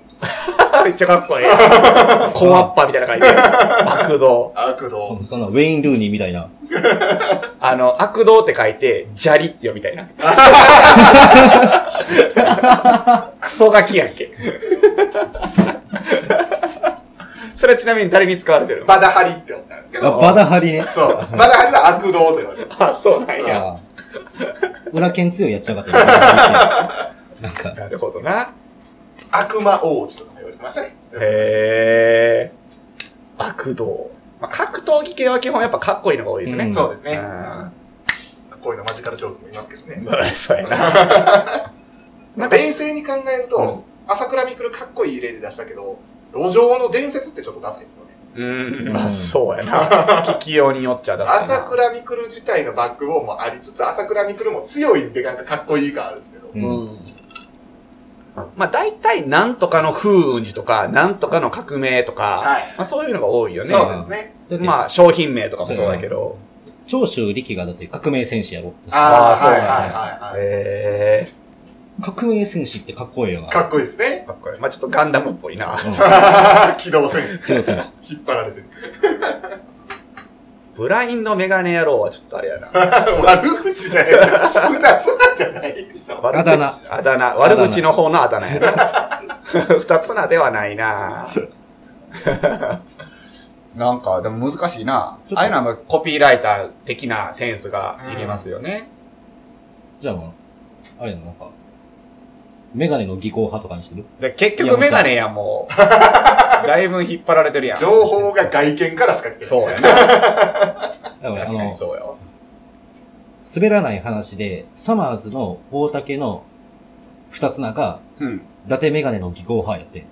Speaker 2: めっちゃかっこ いい。コアッパみたいな感じで。悪道。
Speaker 4: 悪道。
Speaker 3: そんな、ウェイン・ルーニーみたいな。
Speaker 2: あの、悪道って書いて、砂利って読みたい な。クソガキやんけ。それはちなみに誰に使われてるの
Speaker 4: バダハリっておったんですけ
Speaker 3: あ
Speaker 4: ど。
Speaker 3: バダハリね。
Speaker 4: そう。バダハリは悪道と言われてる。
Speaker 2: あ、そうなんや。
Speaker 3: あー裏剣強いやっちゃうかった。 なんか、
Speaker 2: なるほどな。
Speaker 4: 悪魔王子とかも言われてましたね。
Speaker 2: へえ。悪道。まあ、格闘技系は基本やっぱかっこいいのが多いですね。
Speaker 3: うん
Speaker 4: そうですね。
Speaker 2: あ
Speaker 4: こういうのマジカルジョークもいますけどね。
Speaker 2: まあ、そうやな。
Speaker 4: な
Speaker 2: なんんか
Speaker 4: か冷静に考えると、朝倉未来かっこいい例で出したけど、路上の伝説ってちょっとダサいですよね。
Speaker 2: うん、まあそうやな。聞きようによっちゃださ
Speaker 4: 朝倉未来自体のバックボーンもありつつ、朝倉未来も強いんでなんかかっこいい感あるんですけど。
Speaker 3: うん
Speaker 2: うん。まあ大体なんとかの風雲児とか、なんとかの革命とか、
Speaker 4: はい。
Speaker 2: まあそういうのが多いよね。
Speaker 4: そうですね。
Speaker 3: だって
Speaker 2: まあ商品名とかもそうだけど。
Speaker 3: 長州力がだって革命戦士やろ。
Speaker 4: ああ、
Speaker 2: あーそうな
Speaker 4: は
Speaker 2: いんや
Speaker 4: はいはいは
Speaker 2: へえ
Speaker 3: 革命戦士ってかっこええよ
Speaker 4: い。か
Speaker 3: な。
Speaker 4: っこいいですね。
Speaker 2: ー。かっこいい。まあちょっとガンダムっぽいな。
Speaker 4: 機動戦
Speaker 3: 機動戦士。
Speaker 4: 士。引っ張られてる。
Speaker 2: ブラインドメガネ野郎はちょっとあれやな。
Speaker 4: 悪口じゃないですか。二つなんじゃないでしょ。
Speaker 3: あだ名
Speaker 2: 悪口あだ名。悪口の方のあだ名やな。 二つ名ではないな。なんか、でも難しいな
Speaker 3: ちょっ。と
Speaker 2: ああいうのはまあコピーライター的なセンスがいりますよね。
Speaker 3: じゃあもう、あれやな、なんか、メガネの技巧派とかにする
Speaker 2: で結局メガネやんもう。 だいぶ引っ張られてるやん。そ
Speaker 4: 情報が外見からしか来てない。
Speaker 2: うやな。
Speaker 3: だから、あ
Speaker 2: 確か
Speaker 3: の
Speaker 2: に、そうやわ。
Speaker 3: 滑らない話で、サマーズの大竹の二つ名が、
Speaker 2: うん。
Speaker 3: 伊達メガネの技巧派やって。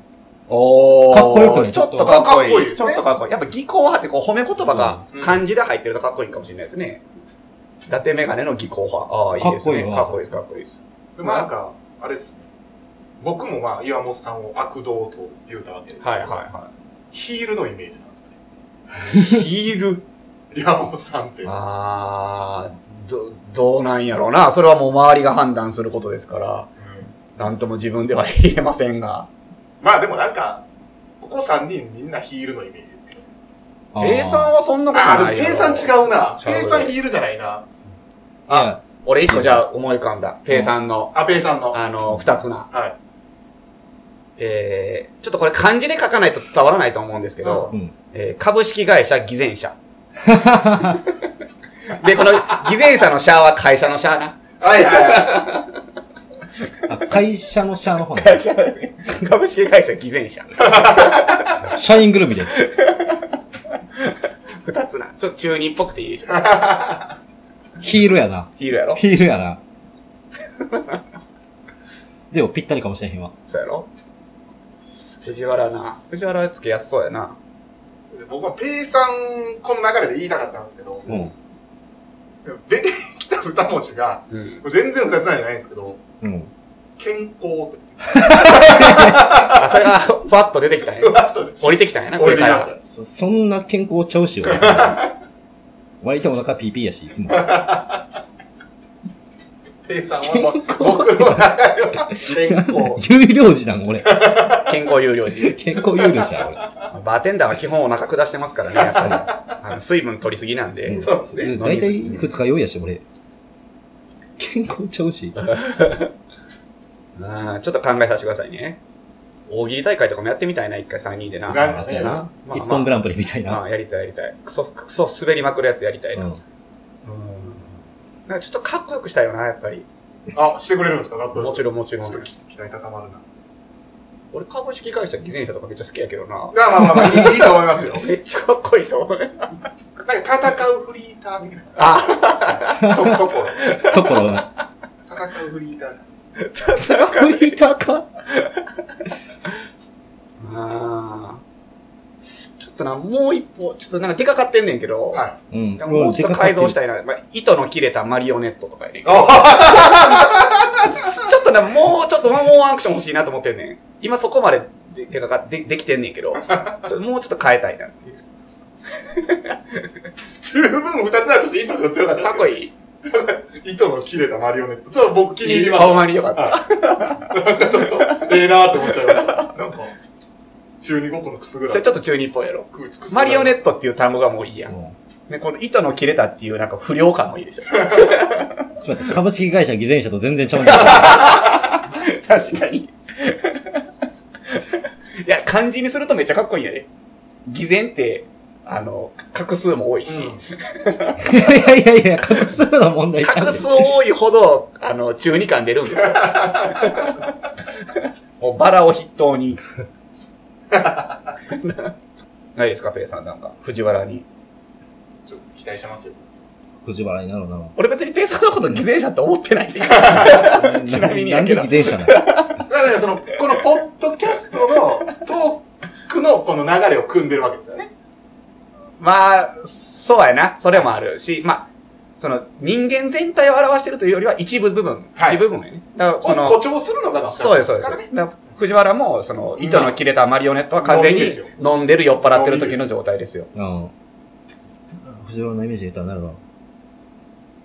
Speaker 2: おー。
Speaker 3: かっこよくない
Speaker 2: ちょっとかっこいい。
Speaker 4: かっこいいです
Speaker 2: ちょ
Speaker 4: ね
Speaker 2: っとかっこいい。やっぱ技巧派ってこう褒め言葉が
Speaker 4: うん
Speaker 2: 漢字で入ってるとかっこいいかもしれないですね。伊達メガネの技巧派。ああ、いいですね。
Speaker 3: か
Speaker 2: か
Speaker 3: っ
Speaker 2: っ
Speaker 3: こ
Speaker 2: こい
Speaker 3: いい
Speaker 2: いです、かっこいいです。
Speaker 4: でもなんか、あれですね。僕もまあ、岩本さんを悪道と言うたわけですけど
Speaker 2: はいはいは
Speaker 4: ヒールのイメージなんですか
Speaker 2: い。
Speaker 4: ね。
Speaker 2: ヒール。
Speaker 4: 岩本さんって。
Speaker 2: ああ、ど、どうなんやろうな。それはもう周りが判断することですから、
Speaker 4: うん
Speaker 2: なんとも自分では言えませんが。
Speaker 4: まあでもなんか、ここ3人みんなヒールのイメージですけど。
Speaker 3: あー
Speaker 2: A さんはそんなこと
Speaker 4: ああ、で
Speaker 2: な
Speaker 4: も
Speaker 2: いよ。
Speaker 4: 平さん違うな。
Speaker 2: ちゃう
Speaker 4: 平さんヒールじゃないな。
Speaker 3: いや、
Speaker 2: 俺一個じゃあ思い浮かんだ。ペイさんの、
Speaker 4: 安倍さんの。
Speaker 2: あの、二つな。
Speaker 4: はい。
Speaker 2: えー、ちょっとこれ漢字で書かないと伝わらないと思うんですけど、
Speaker 3: うん。
Speaker 2: えー株式会社偽善社。 で、この偽善社の社は会社の社な。
Speaker 4: はいは
Speaker 3: あ、会社の社の方ね。
Speaker 2: 株式会社偽善社。
Speaker 3: 社員ぐるみで。
Speaker 2: 二つな。ちょっと中二っぽくていいでしょ。
Speaker 3: ヒールやな。
Speaker 2: ヒールやろ
Speaker 3: ヒールやな。 でもぴったりかもしれへんわ。
Speaker 2: そうやろ藤原な。藤原つけやすそうやな。
Speaker 4: いはい。僕はペイさん、この流れで言いたかったんですけど、
Speaker 3: うん。
Speaker 4: 出てきた二文字が、
Speaker 2: うん。
Speaker 4: 全然二つなんじゃないんですけど、
Speaker 3: うん。
Speaker 4: 健康って。
Speaker 2: あ、それが、 ふわっと出てきたね
Speaker 4: う。わっと
Speaker 2: 降りてきたんやな、
Speaker 4: 降
Speaker 2: こ
Speaker 4: り
Speaker 2: れ
Speaker 4: て
Speaker 2: か
Speaker 4: きまし
Speaker 2: ら。
Speaker 4: た。
Speaker 3: そんな健康ちゃう しよ。割とお腹ピーピーやし、いつも。
Speaker 4: ペイさんはもう僕の中では健 康。
Speaker 3: 有料児なん、俺。
Speaker 2: 健康有料児。
Speaker 3: 健康有料児や、
Speaker 2: バーテンダーは基本お腹下してますからね、やっ ぱり。あの水分取りすぎなん
Speaker 3: 俺。
Speaker 2: で。
Speaker 4: そうです
Speaker 3: う
Speaker 4: ね
Speaker 3: ん。大体二日酔いやし、俺。健康ちゃうし。
Speaker 2: うん、ちょっと考えさせてくださいね。大喜利大会とかもやってみたいな、一回3人でな。
Speaker 4: なん
Speaker 3: あ
Speaker 4: か
Speaker 3: そう
Speaker 4: ね
Speaker 3: やな。
Speaker 2: まあ
Speaker 3: 一本グランプリみたい
Speaker 2: ま
Speaker 3: な。
Speaker 2: あ、やりたいやりたい。クソ、クソ滑りまくるやつやりたいな。
Speaker 3: う
Speaker 2: うん
Speaker 3: ん。
Speaker 2: なんかちょっとかっこよくしたいよな、やっぱり。
Speaker 4: あ、してくれるんですかラップ。
Speaker 2: もちろんもちろん
Speaker 4: ちょっ。と期待高まるな。
Speaker 2: 俺株式会社偽善者とかめっちゃ好きやけどな。
Speaker 4: まあまあまあ、いいいいと思い ますよ。
Speaker 2: めっちゃかっこいいと思うね。
Speaker 4: なんか戦うフリーターみたい
Speaker 2: あ、
Speaker 4: な。とところ。
Speaker 3: ところが、
Speaker 4: 戦うフリーター。
Speaker 3: フリーターか
Speaker 2: あーちょっとな、もう一歩、ちょっとなんかでかかってんねんけど、
Speaker 4: は
Speaker 3: うん。
Speaker 2: でももうちょっと改造したいな。まあ、糸の切れたマリオネットとかやねん
Speaker 4: い。。あ
Speaker 2: ちょっとな、もうちょっとワンオンアクション欲しいなと思ってんねん。今そこまでででかかでできてんねんけど、ちょもうちょっと変えたいなっていう。
Speaker 4: 十分二つだとしてインパクト強かった
Speaker 2: か
Speaker 4: で
Speaker 2: っ
Speaker 4: すけ
Speaker 2: こいい
Speaker 4: ど。糸の切れたマリオネット。ちょっと僕気に入りまし
Speaker 2: あ、ほんまによかった。
Speaker 4: た。なんかちょっと、ええなーって思っちゃいました。なんか、中二5個のくすぐら
Speaker 2: それちょっと中二っぽいやろ。
Speaker 4: くすぐら
Speaker 2: マリオネットっていう単語がもういいや。
Speaker 3: うんん
Speaker 2: ね、この糸の切れたっていうなんか不良感もいいでしょ。
Speaker 3: ちょっと待って、株式会社偽善者と全然ちゃう んだ
Speaker 2: 確かに。いや、漢字にするとめっちゃかっこいいんやで。偽善って、あの、画数も多いし、
Speaker 4: うん
Speaker 3: けど。いやいやいや、画数の問題ちゃう
Speaker 2: 画
Speaker 3: ねん
Speaker 2: 数多いほど、あの、中二感出るん ですよ。もうバラを筆頭に。ないですか、ペイさんなんか。藤原に。
Speaker 4: ちょっと期待してますよ。
Speaker 3: 藤原になるな。
Speaker 2: 俺別にペイさんのこと偽善者って思ってないで。ちなみにや
Speaker 3: ん
Speaker 2: け
Speaker 3: で
Speaker 2: ど
Speaker 3: 偽善者なの
Speaker 4: だからその、このポッドキャストのトークのこの流れを組んでるわけですよね。
Speaker 2: まあ、そうやな。それもあるし、まあ、その、人間全体を表してるというよりは一部部分。
Speaker 4: はい
Speaker 2: 一部分やね。だから
Speaker 4: を
Speaker 2: その、
Speaker 4: 誇張するのが
Speaker 2: そうです、そうです。だから藤原も、その、糸の切れたマリオネットは完全
Speaker 4: 飲み
Speaker 2: に
Speaker 4: ですよ
Speaker 2: 飲んでる、酔っ払ってる時の状態ですよ。
Speaker 3: うん。藤原のイメージで言ったらなるな。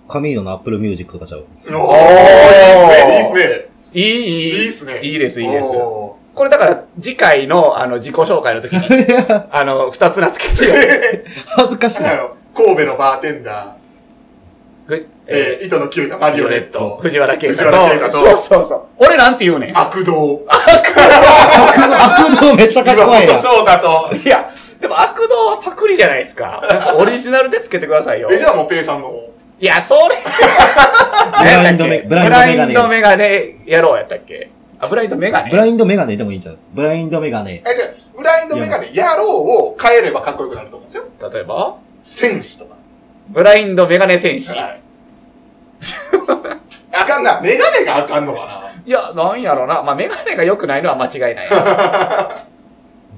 Speaker 3: カミーノのアップルミュージックとかちゃう。
Speaker 4: おー、いいっすね、
Speaker 2: いい、いい、
Speaker 4: いいっすね。
Speaker 2: いいです、いいです。
Speaker 4: お
Speaker 2: これだから、次回の、あの、自己紹介の時に、あの、二つ名つけてよ。
Speaker 3: 恥ず かしい
Speaker 4: ー。あの神戸のバーテンダー、
Speaker 2: ぐ
Speaker 4: えー、糸の切れたマリオネット、
Speaker 2: 藤原啓太
Speaker 4: 藤原啓太
Speaker 2: と。
Speaker 4: と
Speaker 2: そうそうそう。俺なんて言うねん。
Speaker 4: 悪道、
Speaker 3: 悪の、悪のめっちゃかっ
Speaker 4: 岩
Speaker 3: こええ
Speaker 4: 本
Speaker 3: やん。
Speaker 4: 翔太と、
Speaker 2: いや、でも悪道はパクリじゃないですか。なんかオリジナルでつけてくださいよ。
Speaker 4: え、じゃあもうペイさんの、
Speaker 2: いや、それ。
Speaker 3: ブラインドメ、ブ
Speaker 2: ブライ
Speaker 3: ライ
Speaker 2: ン
Speaker 3: ン
Speaker 2: ド
Speaker 3: ドメ
Speaker 2: メガネやろうやったっけあ、ブラインドメガ
Speaker 3: ガネ。
Speaker 2: ネ
Speaker 3: ブラインドメガネでもいいんちゃうブラインドメガネ。
Speaker 4: え、じゃあ、ブラインドメガネ、やろうを変えればかっこよくなると思うんですよ。
Speaker 2: 例えば
Speaker 4: 戦士とか。
Speaker 2: ブラインドメガネ戦士。
Speaker 4: はい。 あかんな、メガネがあかんのかな。
Speaker 2: いや、なんやろな。まあ、メガネが良くないのは間違い ない。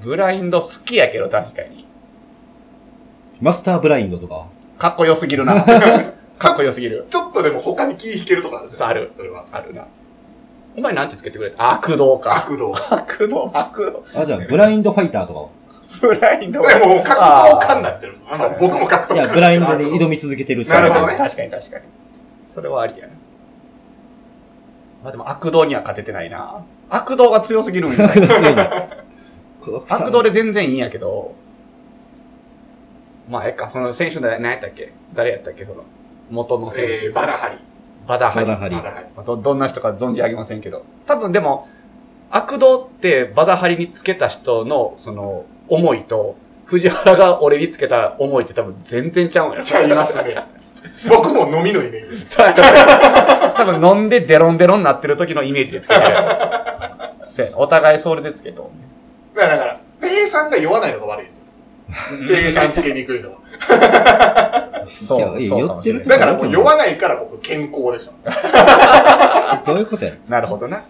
Speaker 2: ブラインド好きやけど、確かに。
Speaker 3: マスターブラインドとか。
Speaker 2: かっこよすぎる な。かっこよすぎる。
Speaker 4: ちょっとでも他に気引けるとかあるんですよ
Speaker 2: ある
Speaker 4: それは。
Speaker 2: あるな。お前なんてつけてくれた悪道か。
Speaker 4: 悪道。
Speaker 2: 悪道、悪道。
Speaker 3: あ、じゃあ、ブラインドファイターと
Speaker 2: ブラインド
Speaker 4: でも、格闘家になってる。あの、僕も格
Speaker 3: かを。
Speaker 4: 闘
Speaker 3: い
Speaker 4: 家。
Speaker 3: や、ブラインドに挑み続けてる人
Speaker 4: なるほどね
Speaker 2: 確かに確かに。それはありやな。まあでも悪道には勝ててないな。悪道が強すぎるんや。 悪道
Speaker 3: で。
Speaker 2: で全然いいんやけど。まあ、ええか、その選手だ、何やったっけ誰やったっけその、元の選手。
Speaker 4: えー、バラハリ。
Speaker 2: バダハ
Speaker 3: ま
Speaker 2: リ
Speaker 3: だ。ハリ
Speaker 4: ま。だはい
Speaker 2: まあど、どんな人か存じ上げませんけど。多分でも、悪道ってバダハリにつけた人の、その、思いと、藤原が俺につけた思いって多分全然ちゃうんや
Speaker 4: ちゃいます
Speaker 2: ね。
Speaker 4: ね。僕も飲みのイメージです。
Speaker 2: 多分飲んでデロンデロンになってる 時のイメージでつけたやつ。せお互いそれでつけとんね。
Speaker 4: だからだから、ペイさんが酔わないのが悪いですよ。ペイさんつけにくいのは。
Speaker 2: そう
Speaker 3: いや
Speaker 2: そうかもしれん
Speaker 3: 寄ってる
Speaker 4: だからもう酔わないから僕健康でした。
Speaker 3: どういうことや
Speaker 2: なるほどな。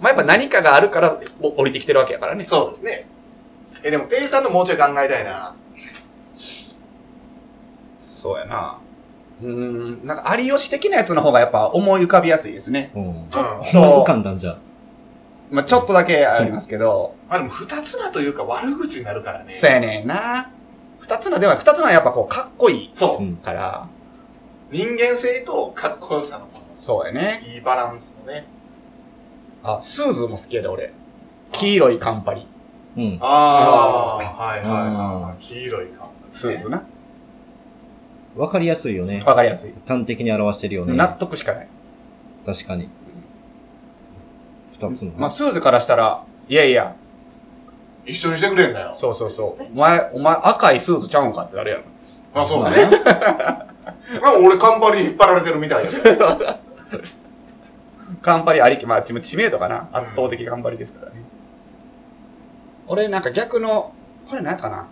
Speaker 2: まあ、やっぱ何かがあるからお降りてきてるわけやからね。
Speaker 4: そうですね。え、でもペイさんのもうちょい考えたいな。
Speaker 2: そうやな。うーん、なんか有吉的なやつの方がやっぱ思い浮かびやすいですね。
Speaker 3: うん。
Speaker 4: うん。
Speaker 3: ほんま浮かんだんじゃ。
Speaker 2: まあ、ちょっとだけありますけど、
Speaker 4: まあでも二つなというか悪口になるからね。
Speaker 2: そうやねんな。二つのでは、二つのはやっぱこう、かっこいい
Speaker 4: そうう。
Speaker 3: ん。
Speaker 2: から、
Speaker 4: 人間性とかっこよさのこ
Speaker 2: そうやね。
Speaker 4: のいいバランスのね。
Speaker 2: あ、スーズも好きやで、俺。黄色いカンパリ。
Speaker 3: うん。
Speaker 4: ああ、はいはいはい。黄色い感
Speaker 2: スーズな。
Speaker 3: わかりやすいよね。
Speaker 2: わかりやすい。
Speaker 3: 端的に表してるよね。
Speaker 2: 納得しかない。
Speaker 3: 確かに。二つの。
Speaker 2: まあ、スーズからしたら、いやいや、
Speaker 4: 一緒にしてくれんだよ。
Speaker 2: そうそうそう。お前、お前、赤いスーズちゃうんかってなるやん。
Speaker 4: まあそうですね。まあ俺カンパリに引っ張られてるみたいや けど。
Speaker 2: カンパリありき、まあ、知名度かな。圧倒的カンパリですからね。俺、なんか逆の、これなんかな。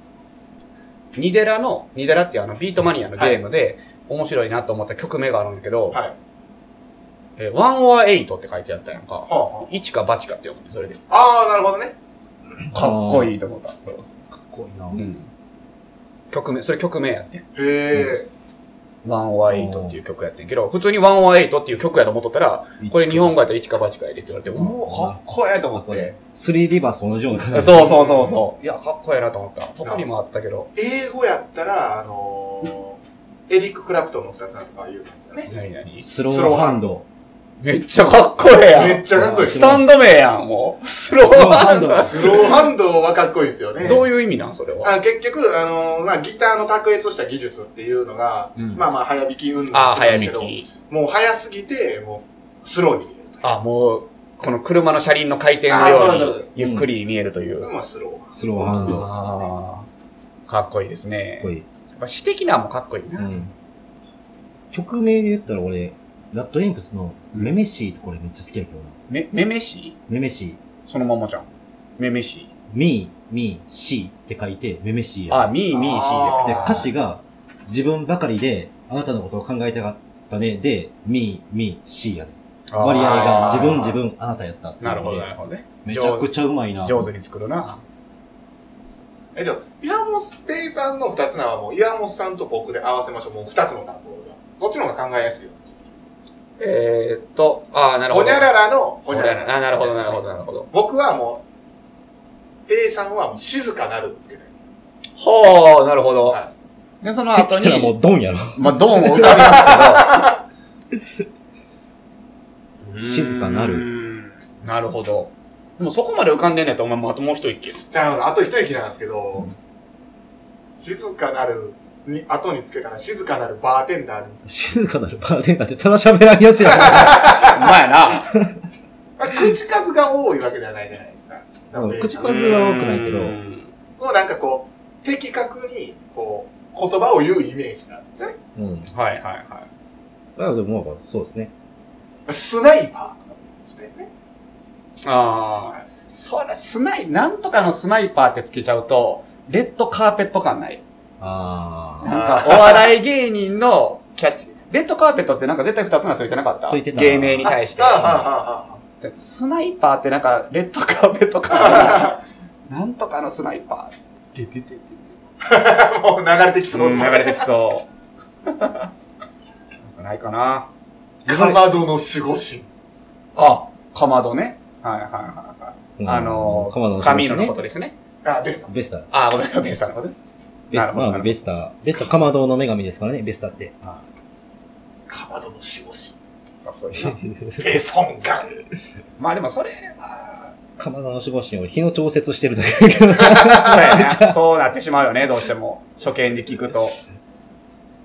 Speaker 2: ニデラの、ニデラっていうあの、ビートマニアのゲームで、面白いなと思った曲名があるんだけど、
Speaker 4: はい。は
Speaker 2: えー、108って書いてあったやんか。
Speaker 4: あは
Speaker 2: 1か8かって読むねそれで。か
Speaker 4: あ、ああ、なるほどね。
Speaker 2: っこいいと思った。
Speaker 3: かっこいいな。
Speaker 2: うん。曲名、それ曲名やってん。
Speaker 4: へえ。
Speaker 2: 108っていう曲やってんけど、普通に108っていう曲やと思っとったら、これ日本語やったら1か8かやでって言われて、うわ、かっこええと思っ
Speaker 3: これ
Speaker 2: て。
Speaker 3: 3リバース同じような感 じ。
Speaker 2: そうそうそうそう。いや、かっこええなと思った。他にもあったけど、
Speaker 4: 英語やったら、あのー、エリック・クラプトンの二つなとか言うんですよね。
Speaker 2: 何何
Speaker 3: スローハンド。
Speaker 2: めっちゃかっこええや
Speaker 4: めっ
Speaker 2: ん。
Speaker 4: ちゃかっこいい。
Speaker 2: ス
Speaker 4: ス
Speaker 2: タンド名やん、もう。スローハンド。
Speaker 4: ローハンドはかっこいいですよね。
Speaker 2: どういう意味なん、それは。
Speaker 4: あ結局、あのーまあ、ギターの卓越した技術っていうのが、
Speaker 2: うん
Speaker 4: まあまあ、早弾き運動
Speaker 2: あー、
Speaker 4: する
Speaker 2: 早
Speaker 4: んです
Speaker 2: 引
Speaker 4: けど、
Speaker 2: き。
Speaker 4: もう早すぎて、もう、スローに見えると
Speaker 2: あ、もう、この車の車輪の回転のよ
Speaker 4: あそうそうう
Speaker 2: に、ゆっくり見えるとい
Speaker 4: いう
Speaker 2: う。
Speaker 4: のはスロー。
Speaker 3: スローハンド。か
Speaker 2: ああ、かっこいいですね。
Speaker 3: っこいい。
Speaker 2: やっぱ詩的なんもかっこいいうな。
Speaker 3: ん。曲名で言ったら俺、ラッドインクスのメメシーってこれめっちゃ好きやけどな。
Speaker 2: め、めめし
Speaker 3: メメシー。
Speaker 2: そのままじゃん。めめし
Speaker 3: ミー、ミー、シーって書いて、メメシーや。
Speaker 2: あ、みーみーし
Speaker 4: あ
Speaker 3: で、歌詞が、自分ばかりで、あなたのことを考えたかったね、で、ミー、ミー、シーやで。
Speaker 2: ー
Speaker 3: 割合が、
Speaker 2: あー
Speaker 3: 自分、自分、あなたやったっていう
Speaker 2: な
Speaker 3: の
Speaker 2: る
Speaker 3: で
Speaker 2: ほど、なるほどね。
Speaker 3: めちゃくちゃうまいな。
Speaker 2: 上手に作るな。
Speaker 4: え、じゃあ、岩本ペイさんの二つ名はもう、岩本さんと僕で合わせましょう。もう二つの単語をじゃあどっちの方が考えやすいよ。
Speaker 2: えーっと、ああ、なるほ
Speaker 4: ほ
Speaker 2: ど。
Speaker 4: にゃららの、
Speaker 2: ほにゃらら。あなるほど、なるほど、なるほど。
Speaker 4: 僕はもう、ペイさんはもう静かなるをつけたいです。
Speaker 2: ほー、なるほど
Speaker 4: は。
Speaker 2: で、その
Speaker 3: って
Speaker 2: 後
Speaker 3: きたらも
Speaker 2: に、
Speaker 3: うドンやろ。
Speaker 2: まあ、ドーンを浮かびますけど。
Speaker 3: 静かなる
Speaker 2: うーん。なるほど。でもそこまで浮かんでんねやったら、お前、あともう一人いける。
Speaker 4: じゃあ、あと一息なんですけど、静かなるに、後につけたら静かなるバーテンダーに。
Speaker 3: 静かなるバーテンダーってただ喋らんやつやか
Speaker 2: う まやな。
Speaker 4: まあ、口数が多いわけではないじゃないですか。
Speaker 3: らうん。口数
Speaker 4: も
Speaker 3: は多くないけど
Speaker 2: う、ん
Speaker 4: うなんかこう、的確に、こう、言葉を言うイメージなんですね。
Speaker 3: うん。
Speaker 2: はいはいは
Speaker 3: あでもまあ、そうですね。
Speaker 4: スナイパーとかもですね。
Speaker 2: い。ああ。それ、スナイ、なんとかのスナイパーってつけちゃうと、レッドカーペット感ない。
Speaker 3: あ
Speaker 2: なんか、お笑い芸人のキャッチ。レッドカーペットってなんか絶対二つのついてなかった
Speaker 3: ついてた
Speaker 2: 芸名に対して
Speaker 4: あ。ああああ
Speaker 2: スナイパーってなんか、レッドカーペット感ない。 なんとかのスナイパー。ててててて。
Speaker 4: ああもう流れてきそう
Speaker 2: う
Speaker 4: です
Speaker 2: ん、
Speaker 4: ね
Speaker 2: 流れてきそう。なんかないかな。
Speaker 4: かまどの守護神。
Speaker 2: あ、かまどね。はいはいはいはい。
Speaker 3: あ。うん
Speaker 2: あの
Speaker 3: 鎌田
Speaker 2: ー、
Speaker 3: 選手
Speaker 2: 神野の
Speaker 3: ね
Speaker 2: ことですね。
Speaker 4: あ、です。
Speaker 3: ベスタ。
Speaker 2: あー、ごめんなさい、ベンさんのことね
Speaker 3: ベ
Speaker 2: な
Speaker 3: ス
Speaker 2: る
Speaker 3: タ、
Speaker 2: ほど
Speaker 3: ま
Speaker 2: なるほ
Speaker 3: あ、
Speaker 2: ど
Speaker 3: ベスタ、ベスタ、かまどの女神ですからね、ベス タって。
Speaker 4: かまどの守護神。
Speaker 2: かっこい いな。
Speaker 4: ペソンガン。
Speaker 2: まあでもそれは、
Speaker 3: かまどの守護神を日の調節してるだ けだけ ど。
Speaker 2: そうやな。そうなってしまうよね、どうしても。初見で聞くと。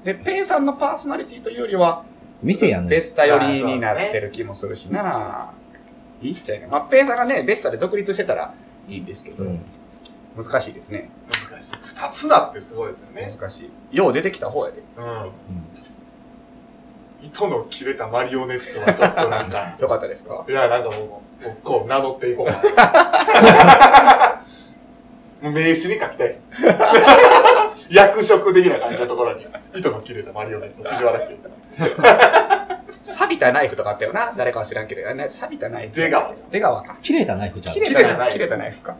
Speaker 2: で、ペイさんのパーソナリティというよりは、
Speaker 3: 店やね
Speaker 2: ベ
Speaker 3: ん。
Speaker 2: スタ寄りになってる気もするしな。いいっちゃいな。まあ、ペーさんがね、ベスタで独立してたらいいんですけど、
Speaker 3: うん。
Speaker 2: 難しいですね。
Speaker 4: 難しい。二つだってすごいですよね。
Speaker 2: 難しい。よう出てきた方やで。
Speaker 4: うん。糸の切れたマリオネットはちょっとな んか、
Speaker 2: よかったですか
Speaker 4: いや、なんかもう、もうこう名乗っていこうか な。もう名刺に書きたいです。 役職的な感じのところに、糸の切れたマリオネット、藤原家。
Speaker 2: 錆びたナイフとかあったよな。誰かは知らんけど。ね錆びたナイフ。
Speaker 4: 出川。
Speaker 2: 出川か。
Speaker 3: 切れたナイフじゃん
Speaker 2: 切。れた
Speaker 4: 切れたナ
Speaker 2: ナイ
Speaker 4: イ
Speaker 2: フ。
Speaker 4: フ
Speaker 2: 切れたナイフか。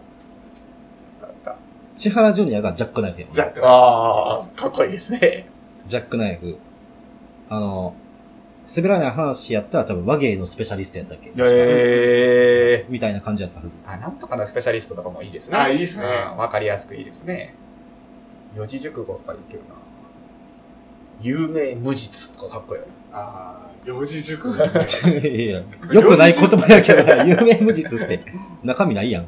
Speaker 2: あったあっ
Speaker 3: 千原ジュニアがジャックナイフやもん
Speaker 4: ジャック
Speaker 2: た。ああ、かっこいいですね。
Speaker 3: ジャックナイフ。あの、滑らない話やったら多分和芸のスペシャリストやったっけ
Speaker 2: ええ
Speaker 3: みたいな感じやったはず。
Speaker 2: あ、なんとかのスペシャリストとかもいいですね。
Speaker 4: あいいっすね
Speaker 2: うんわかりやすくいいですね。四字熟語とかいけるな。有名無実とかかっこいいよね。
Speaker 4: ああ、四字 熟語。
Speaker 3: いやいや、よくない言葉やけ どな、有名無実って中身ないやん。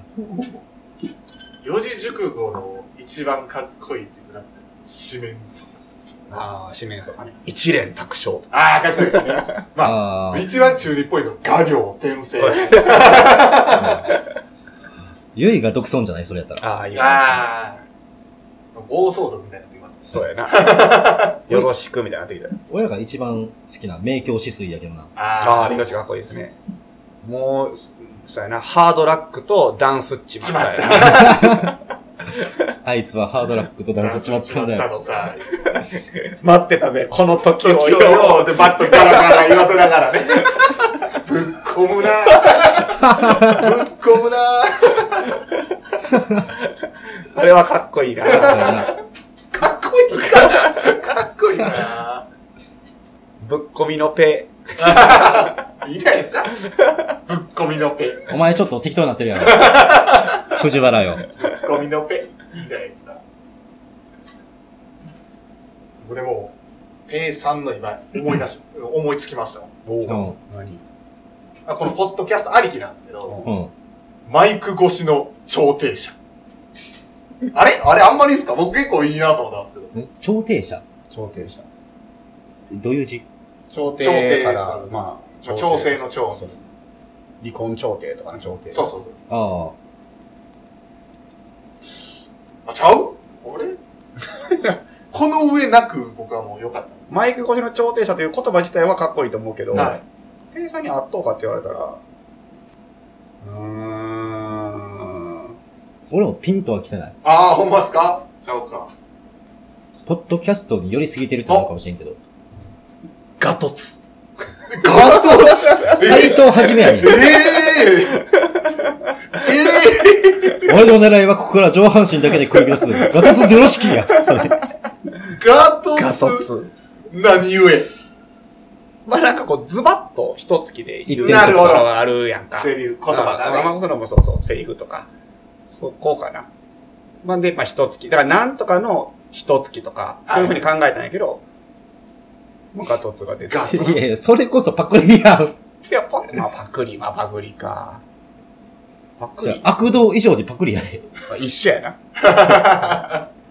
Speaker 4: 四字熟語の一番かっこいい字面って、四面楚歌。
Speaker 2: ああ、四面楚歌ね。一連卓勝とか。
Speaker 4: ああ、かっこいいですね。まあ、
Speaker 3: あー
Speaker 4: 一番中二っぽいの、画行、転生。
Speaker 3: ゆいが独尊じゃないそれやったら。
Speaker 2: ああ、い
Speaker 4: ああ。暴走族みたいになってきましたね。
Speaker 2: そうやな。 よろしくみたいになってきたよ。
Speaker 3: 親が一番好きな名教止水やけどな。
Speaker 2: ああ、
Speaker 4: あ
Speaker 2: ありがちかっこいいですね。もう、そそうやな。ハードラックとダンスっちまったよ な。
Speaker 3: あいつはハードラックとダンスっちまったんだ よ。
Speaker 4: のさ。
Speaker 2: 待ってたぜ、この時をよ。
Speaker 4: よよよでバッとガラガラ言わせながらね。ぶっ込むなぶっ込むな
Speaker 2: あれはかっこいいな。
Speaker 3: だから
Speaker 4: かっこいいかなかっこいいな
Speaker 2: ぶっこみのペ。
Speaker 4: いいじゃないですかぶっ込みのペ。ぶ
Speaker 3: なお前ちょっと適当になってるやん。 藤原よ。
Speaker 4: っ込みのペ。いいじゃないですか。俺もう、ペイさんの今、思い出し、思いつきましたもん
Speaker 2: お
Speaker 3: ー
Speaker 2: ー何
Speaker 4: あこのポッドキャストありきなんですけど、
Speaker 3: うん。
Speaker 4: マイク越しの調停者。あれあれあんまりですか僕結構いいなと思ったんですけど。
Speaker 3: ん調停者
Speaker 2: 調停者。
Speaker 3: どういう字
Speaker 2: 調
Speaker 4: 停
Speaker 2: 停から、
Speaker 4: 調停です
Speaker 2: まあ、
Speaker 4: まあ調整の調
Speaker 2: そう離婚調停とかの調停。
Speaker 4: そうそうそう。
Speaker 3: ああ。
Speaker 4: あ、ちゃうあれ この上なく僕はもう良かったです。
Speaker 2: マイク越しの調停者という言葉自体はかっこいいと思うけど、
Speaker 4: はい
Speaker 2: 店員さんに圧倒かって言われたら、うーん。
Speaker 3: 俺もピンとは来てない。
Speaker 4: ああ、ほんまっすかちゃうか。
Speaker 3: ポッドキャストに寄りすぎてるってことかもしれんけど。
Speaker 2: ガトツ。
Speaker 4: ガトツ
Speaker 3: 斎藤はじめやねん
Speaker 4: え。ええ
Speaker 3: 俺の狙いはここから上半身だけで繰り出す。ガタツゼロ式や。それ。
Speaker 4: え ガ ト
Speaker 2: ガト
Speaker 4: ツ
Speaker 2: ツ。
Speaker 4: 何故
Speaker 2: まあなんかこう、ズバッと一月で言う
Speaker 3: 言って
Speaker 4: ること
Speaker 2: があるやんか。
Speaker 4: セリフ、言葉
Speaker 2: あまあ
Speaker 4: がね。
Speaker 2: まあそれもそうそう、セリフとか。そこうかな。まあで、まあ一月。だからなんとかの一月とか、そういうふうに考えたんやけど、もうガトツが出て。
Speaker 4: ガト
Speaker 3: いやいや、それこそパクリやん。
Speaker 2: いや、パまあ、パクリ、まあ、パクリか。パク
Speaker 3: それ
Speaker 2: リ
Speaker 3: 悪道以上でパクリやで。
Speaker 2: まあ一緒やな。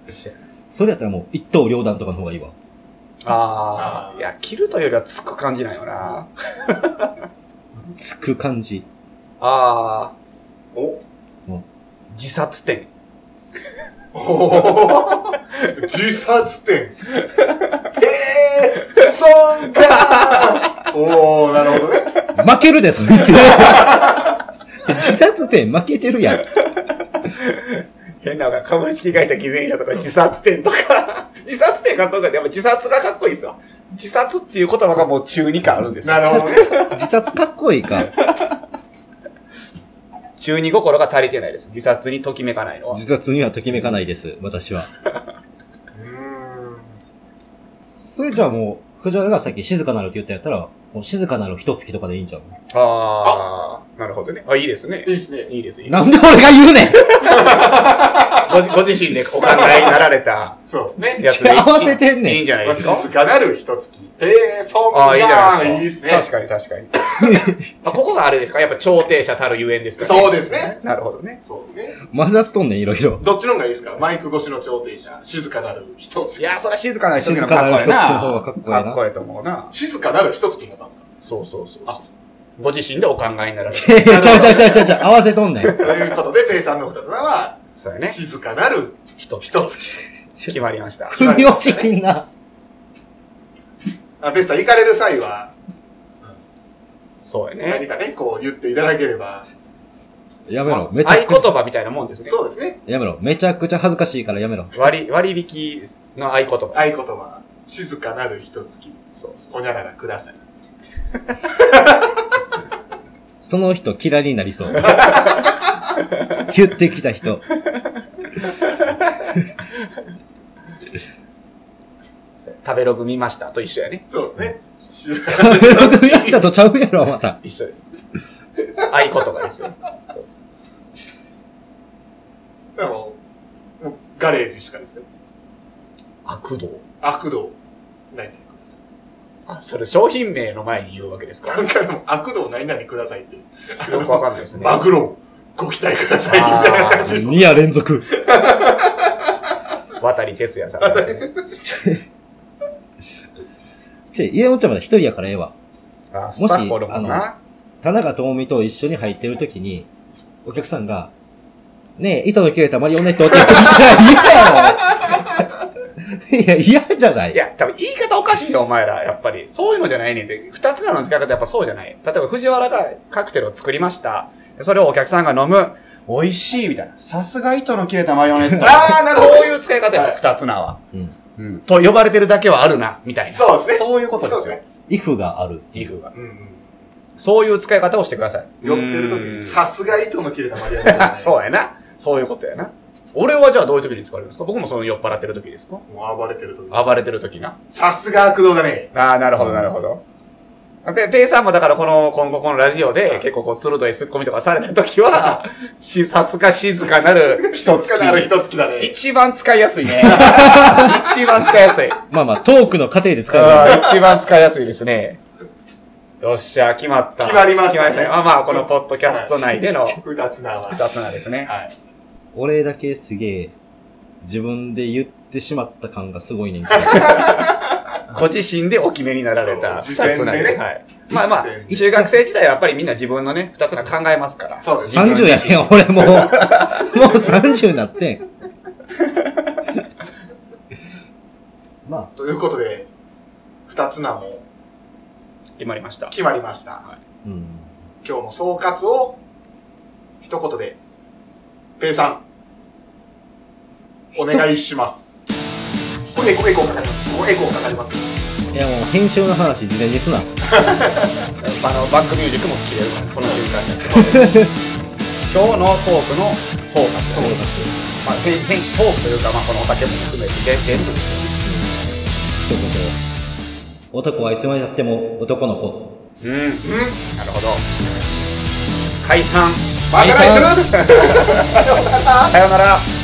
Speaker 2: 一緒やな
Speaker 3: それやったらもう一刀両断とかの方がいいわ。
Speaker 2: あ
Speaker 4: あ
Speaker 2: あ。
Speaker 4: ー
Speaker 2: いや、切るというよりはつく感じなんよな。
Speaker 3: つく感じ。
Speaker 2: あー。お
Speaker 3: うん
Speaker 2: 自殺点。
Speaker 4: おー自殺点。えー、そんか おー、なるほどね。
Speaker 3: 負けるで、そいつ。自殺点負けてるやん。
Speaker 2: 変なのが、株式会社偽善者とか自殺点と か。自殺点かっこよかった。やっぱ自殺がかっこいいですわ。自殺っていう言葉がもう中二感あるんですよ。
Speaker 4: なるほどね。
Speaker 3: 自殺かっこいいか。
Speaker 2: 中二心が足りてないです。自殺にときめかないのは
Speaker 3: 自。殺にはときめかないです、私は。
Speaker 4: うーん
Speaker 3: それじゃあもう、藤原がさっき静かなるって言ったやったら、もう静かなる一月とかでいいんちゃう
Speaker 2: ああ。なるほどね。あ、いいですね
Speaker 4: いい。ですね。
Speaker 2: いいです、いいです
Speaker 3: なんで俺が言うねん
Speaker 2: ごご自身でお考えになられた
Speaker 4: そうですね。
Speaker 2: やつ で。
Speaker 3: 合わせてんねん
Speaker 2: いいんじゃない
Speaker 4: わ
Speaker 2: で
Speaker 4: し
Speaker 2: すか。
Speaker 4: ずかなる一月。えー、そう
Speaker 2: ああ、いいじゃない
Speaker 4: やー
Speaker 2: で
Speaker 4: ですす
Speaker 2: か。
Speaker 4: ね。
Speaker 2: 確かに確か に。あここがあれですかやっぱ調停者たるゆえんですか
Speaker 4: そうですね。
Speaker 2: なるほどね。
Speaker 4: そうですね。
Speaker 3: 混ざっとんねん、いろいろ。
Speaker 4: どっちの方がいいですかマイク越しの調停者、静かなる一
Speaker 2: い
Speaker 4: 月。
Speaker 2: や、そりゃ静かな人
Speaker 3: 静かな人
Speaker 2: の
Speaker 3: の方がかっこええな
Speaker 2: かっこええと思うな。
Speaker 4: 静かなる一月になったんですか
Speaker 2: そうそうそう
Speaker 4: あ
Speaker 2: そう。ご自身でお考えになられた。
Speaker 3: ちゃう ちゃうちゃうちゃうちゃうちゃう、合わせとんねん。
Speaker 4: ということで、ペイさんの二つ目は、
Speaker 2: そうやね。
Speaker 4: 静かなる
Speaker 2: 人、
Speaker 4: 一月。
Speaker 2: 決まりました。
Speaker 3: 組み落ちみんな。
Speaker 4: あペイさん、行かれる際は、
Speaker 2: そうやね
Speaker 4: 何。かね、こう言っていただければ。
Speaker 3: やめろ
Speaker 2: 合、言
Speaker 3: めちゃくちゃ、
Speaker 2: 葉みたいなもんですね。
Speaker 4: そうですね。
Speaker 3: やめろ、めちゃくちゃ恥ずかしいからやめろ。
Speaker 2: 割り、割引の合言葉。
Speaker 4: 合言葉、静かなる一月、
Speaker 2: そうそう。
Speaker 4: ほにゃららください。
Speaker 3: その人嫌いにな りそう。言ってきた人。
Speaker 2: 食べログ見ましたと一緒やね。
Speaker 4: そうですね。静か
Speaker 3: 食べログ見ましたとちゃうやろ、また。
Speaker 2: 一緒です。合言葉ですよ。そうです
Speaker 4: でも、もうガレージしかですよ。
Speaker 2: 悪道。
Speaker 4: 悪道、何々ください。
Speaker 2: あ、それ商品名の前に言うわけですか
Speaker 4: なんかでも、悪道何々くださいって、
Speaker 2: よくわかんないですね。
Speaker 4: マグロ、ご期待くださいみたいな感じです。
Speaker 3: 2夜連続。
Speaker 2: 渡り哲也さんですね。
Speaker 3: ちぇ、家のおっちゃんまだ一人やからええわ。
Speaker 2: あ、
Speaker 3: し
Speaker 2: スタッフおるもんな。
Speaker 3: 田中智美と一緒に入ってる時に、お客さんが、ねえ、糸の切れたマリオネットって言ってきたら嫌やろ いや、嫌じゃないい。
Speaker 2: や、多分言い方おかしいよ、お前ら。やっぱり。そういうのじゃないねんって。二つなの使い方やっぱそうじゃない。例えば、藤原がカクテルを作りました。それをお客さんが飲む。美味しいみたいな。さすが糸の切れたマヨネッ ト。
Speaker 4: あーなるほど
Speaker 2: こういう使い方や、二つなは。
Speaker 3: うん。
Speaker 2: うん。と呼ばれてるだけはあるな、みたいな。
Speaker 4: そうですね
Speaker 2: そういうことです
Speaker 4: そう
Speaker 2: よ
Speaker 4: で。
Speaker 3: イフがある。
Speaker 2: ギフが。
Speaker 4: うんうん。
Speaker 2: そういう使い方をしてください。
Speaker 4: 寄ってる
Speaker 2: う
Speaker 4: 時
Speaker 2: ん
Speaker 4: に、さすが糸の切れたマリア
Speaker 2: あ そう
Speaker 4: や。
Speaker 2: やな。そういうことやな。俺はじゃあどういう時に使われるんですか僕もその酔っ払ってる時ですか
Speaker 4: もう暴れてる時。
Speaker 2: 暴れてる時な。
Speaker 4: さすが悪道だね。
Speaker 2: ああ、なるほど、なるほど。ペペイさんもだからこの、今後このラジオ
Speaker 4: は
Speaker 2: で
Speaker 4: い
Speaker 2: 結構こう鋭い突っ込みとかされた時は、 し、さすが 静かなる一
Speaker 4: 静かなる
Speaker 2: 月。
Speaker 4: 一月だね。
Speaker 2: 一番使いやすいね。 一番使いやすい。
Speaker 3: まあまあ、トークの過程で使えばいいんだ
Speaker 2: あー一番使いやすいですね。よっしゃ、決まった。
Speaker 4: 決まりましたね
Speaker 2: 決まねまあまあ、このポッドキャスト内での
Speaker 4: 二つなは。
Speaker 2: 二つなんですね。
Speaker 4: はい。
Speaker 3: 俺だけすげえ、自分で言ってしまった感がすごいねんけど。
Speaker 2: ご自身でお決めになられた
Speaker 4: そう自選で
Speaker 2: 二
Speaker 4: ね
Speaker 2: つなんはい。まあまあ
Speaker 4: 自選、で
Speaker 2: 中学生時代はやっぱりみんな自分のね、二つな考えますから。
Speaker 4: そうですね
Speaker 3: 30やねん、俺もう。もう30になってん。ま
Speaker 4: ということで、二つなも
Speaker 2: 決まりました。
Speaker 4: 決まりました。
Speaker 3: あ、うん。
Speaker 4: 今日の総括を、一言で、ペイさん、お願いします。これエコー、エコーかかります。ここエコーかかります。
Speaker 3: いやもう、編集の話ずれにすな。
Speaker 2: あの、バックミュージックも切れるから、この瞬間に。今日のトークの総括。まあ、変、変、トークというか、まあ、このお酒も含めて、全全部ですよね。
Speaker 3: 一言。男はいつまでたっても男の子。
Speaker 2: うん。
Speaker 4: うん
Speaker 2: なるほど。解散。
Speaker 4: また来週
Speaker 2: さようなら。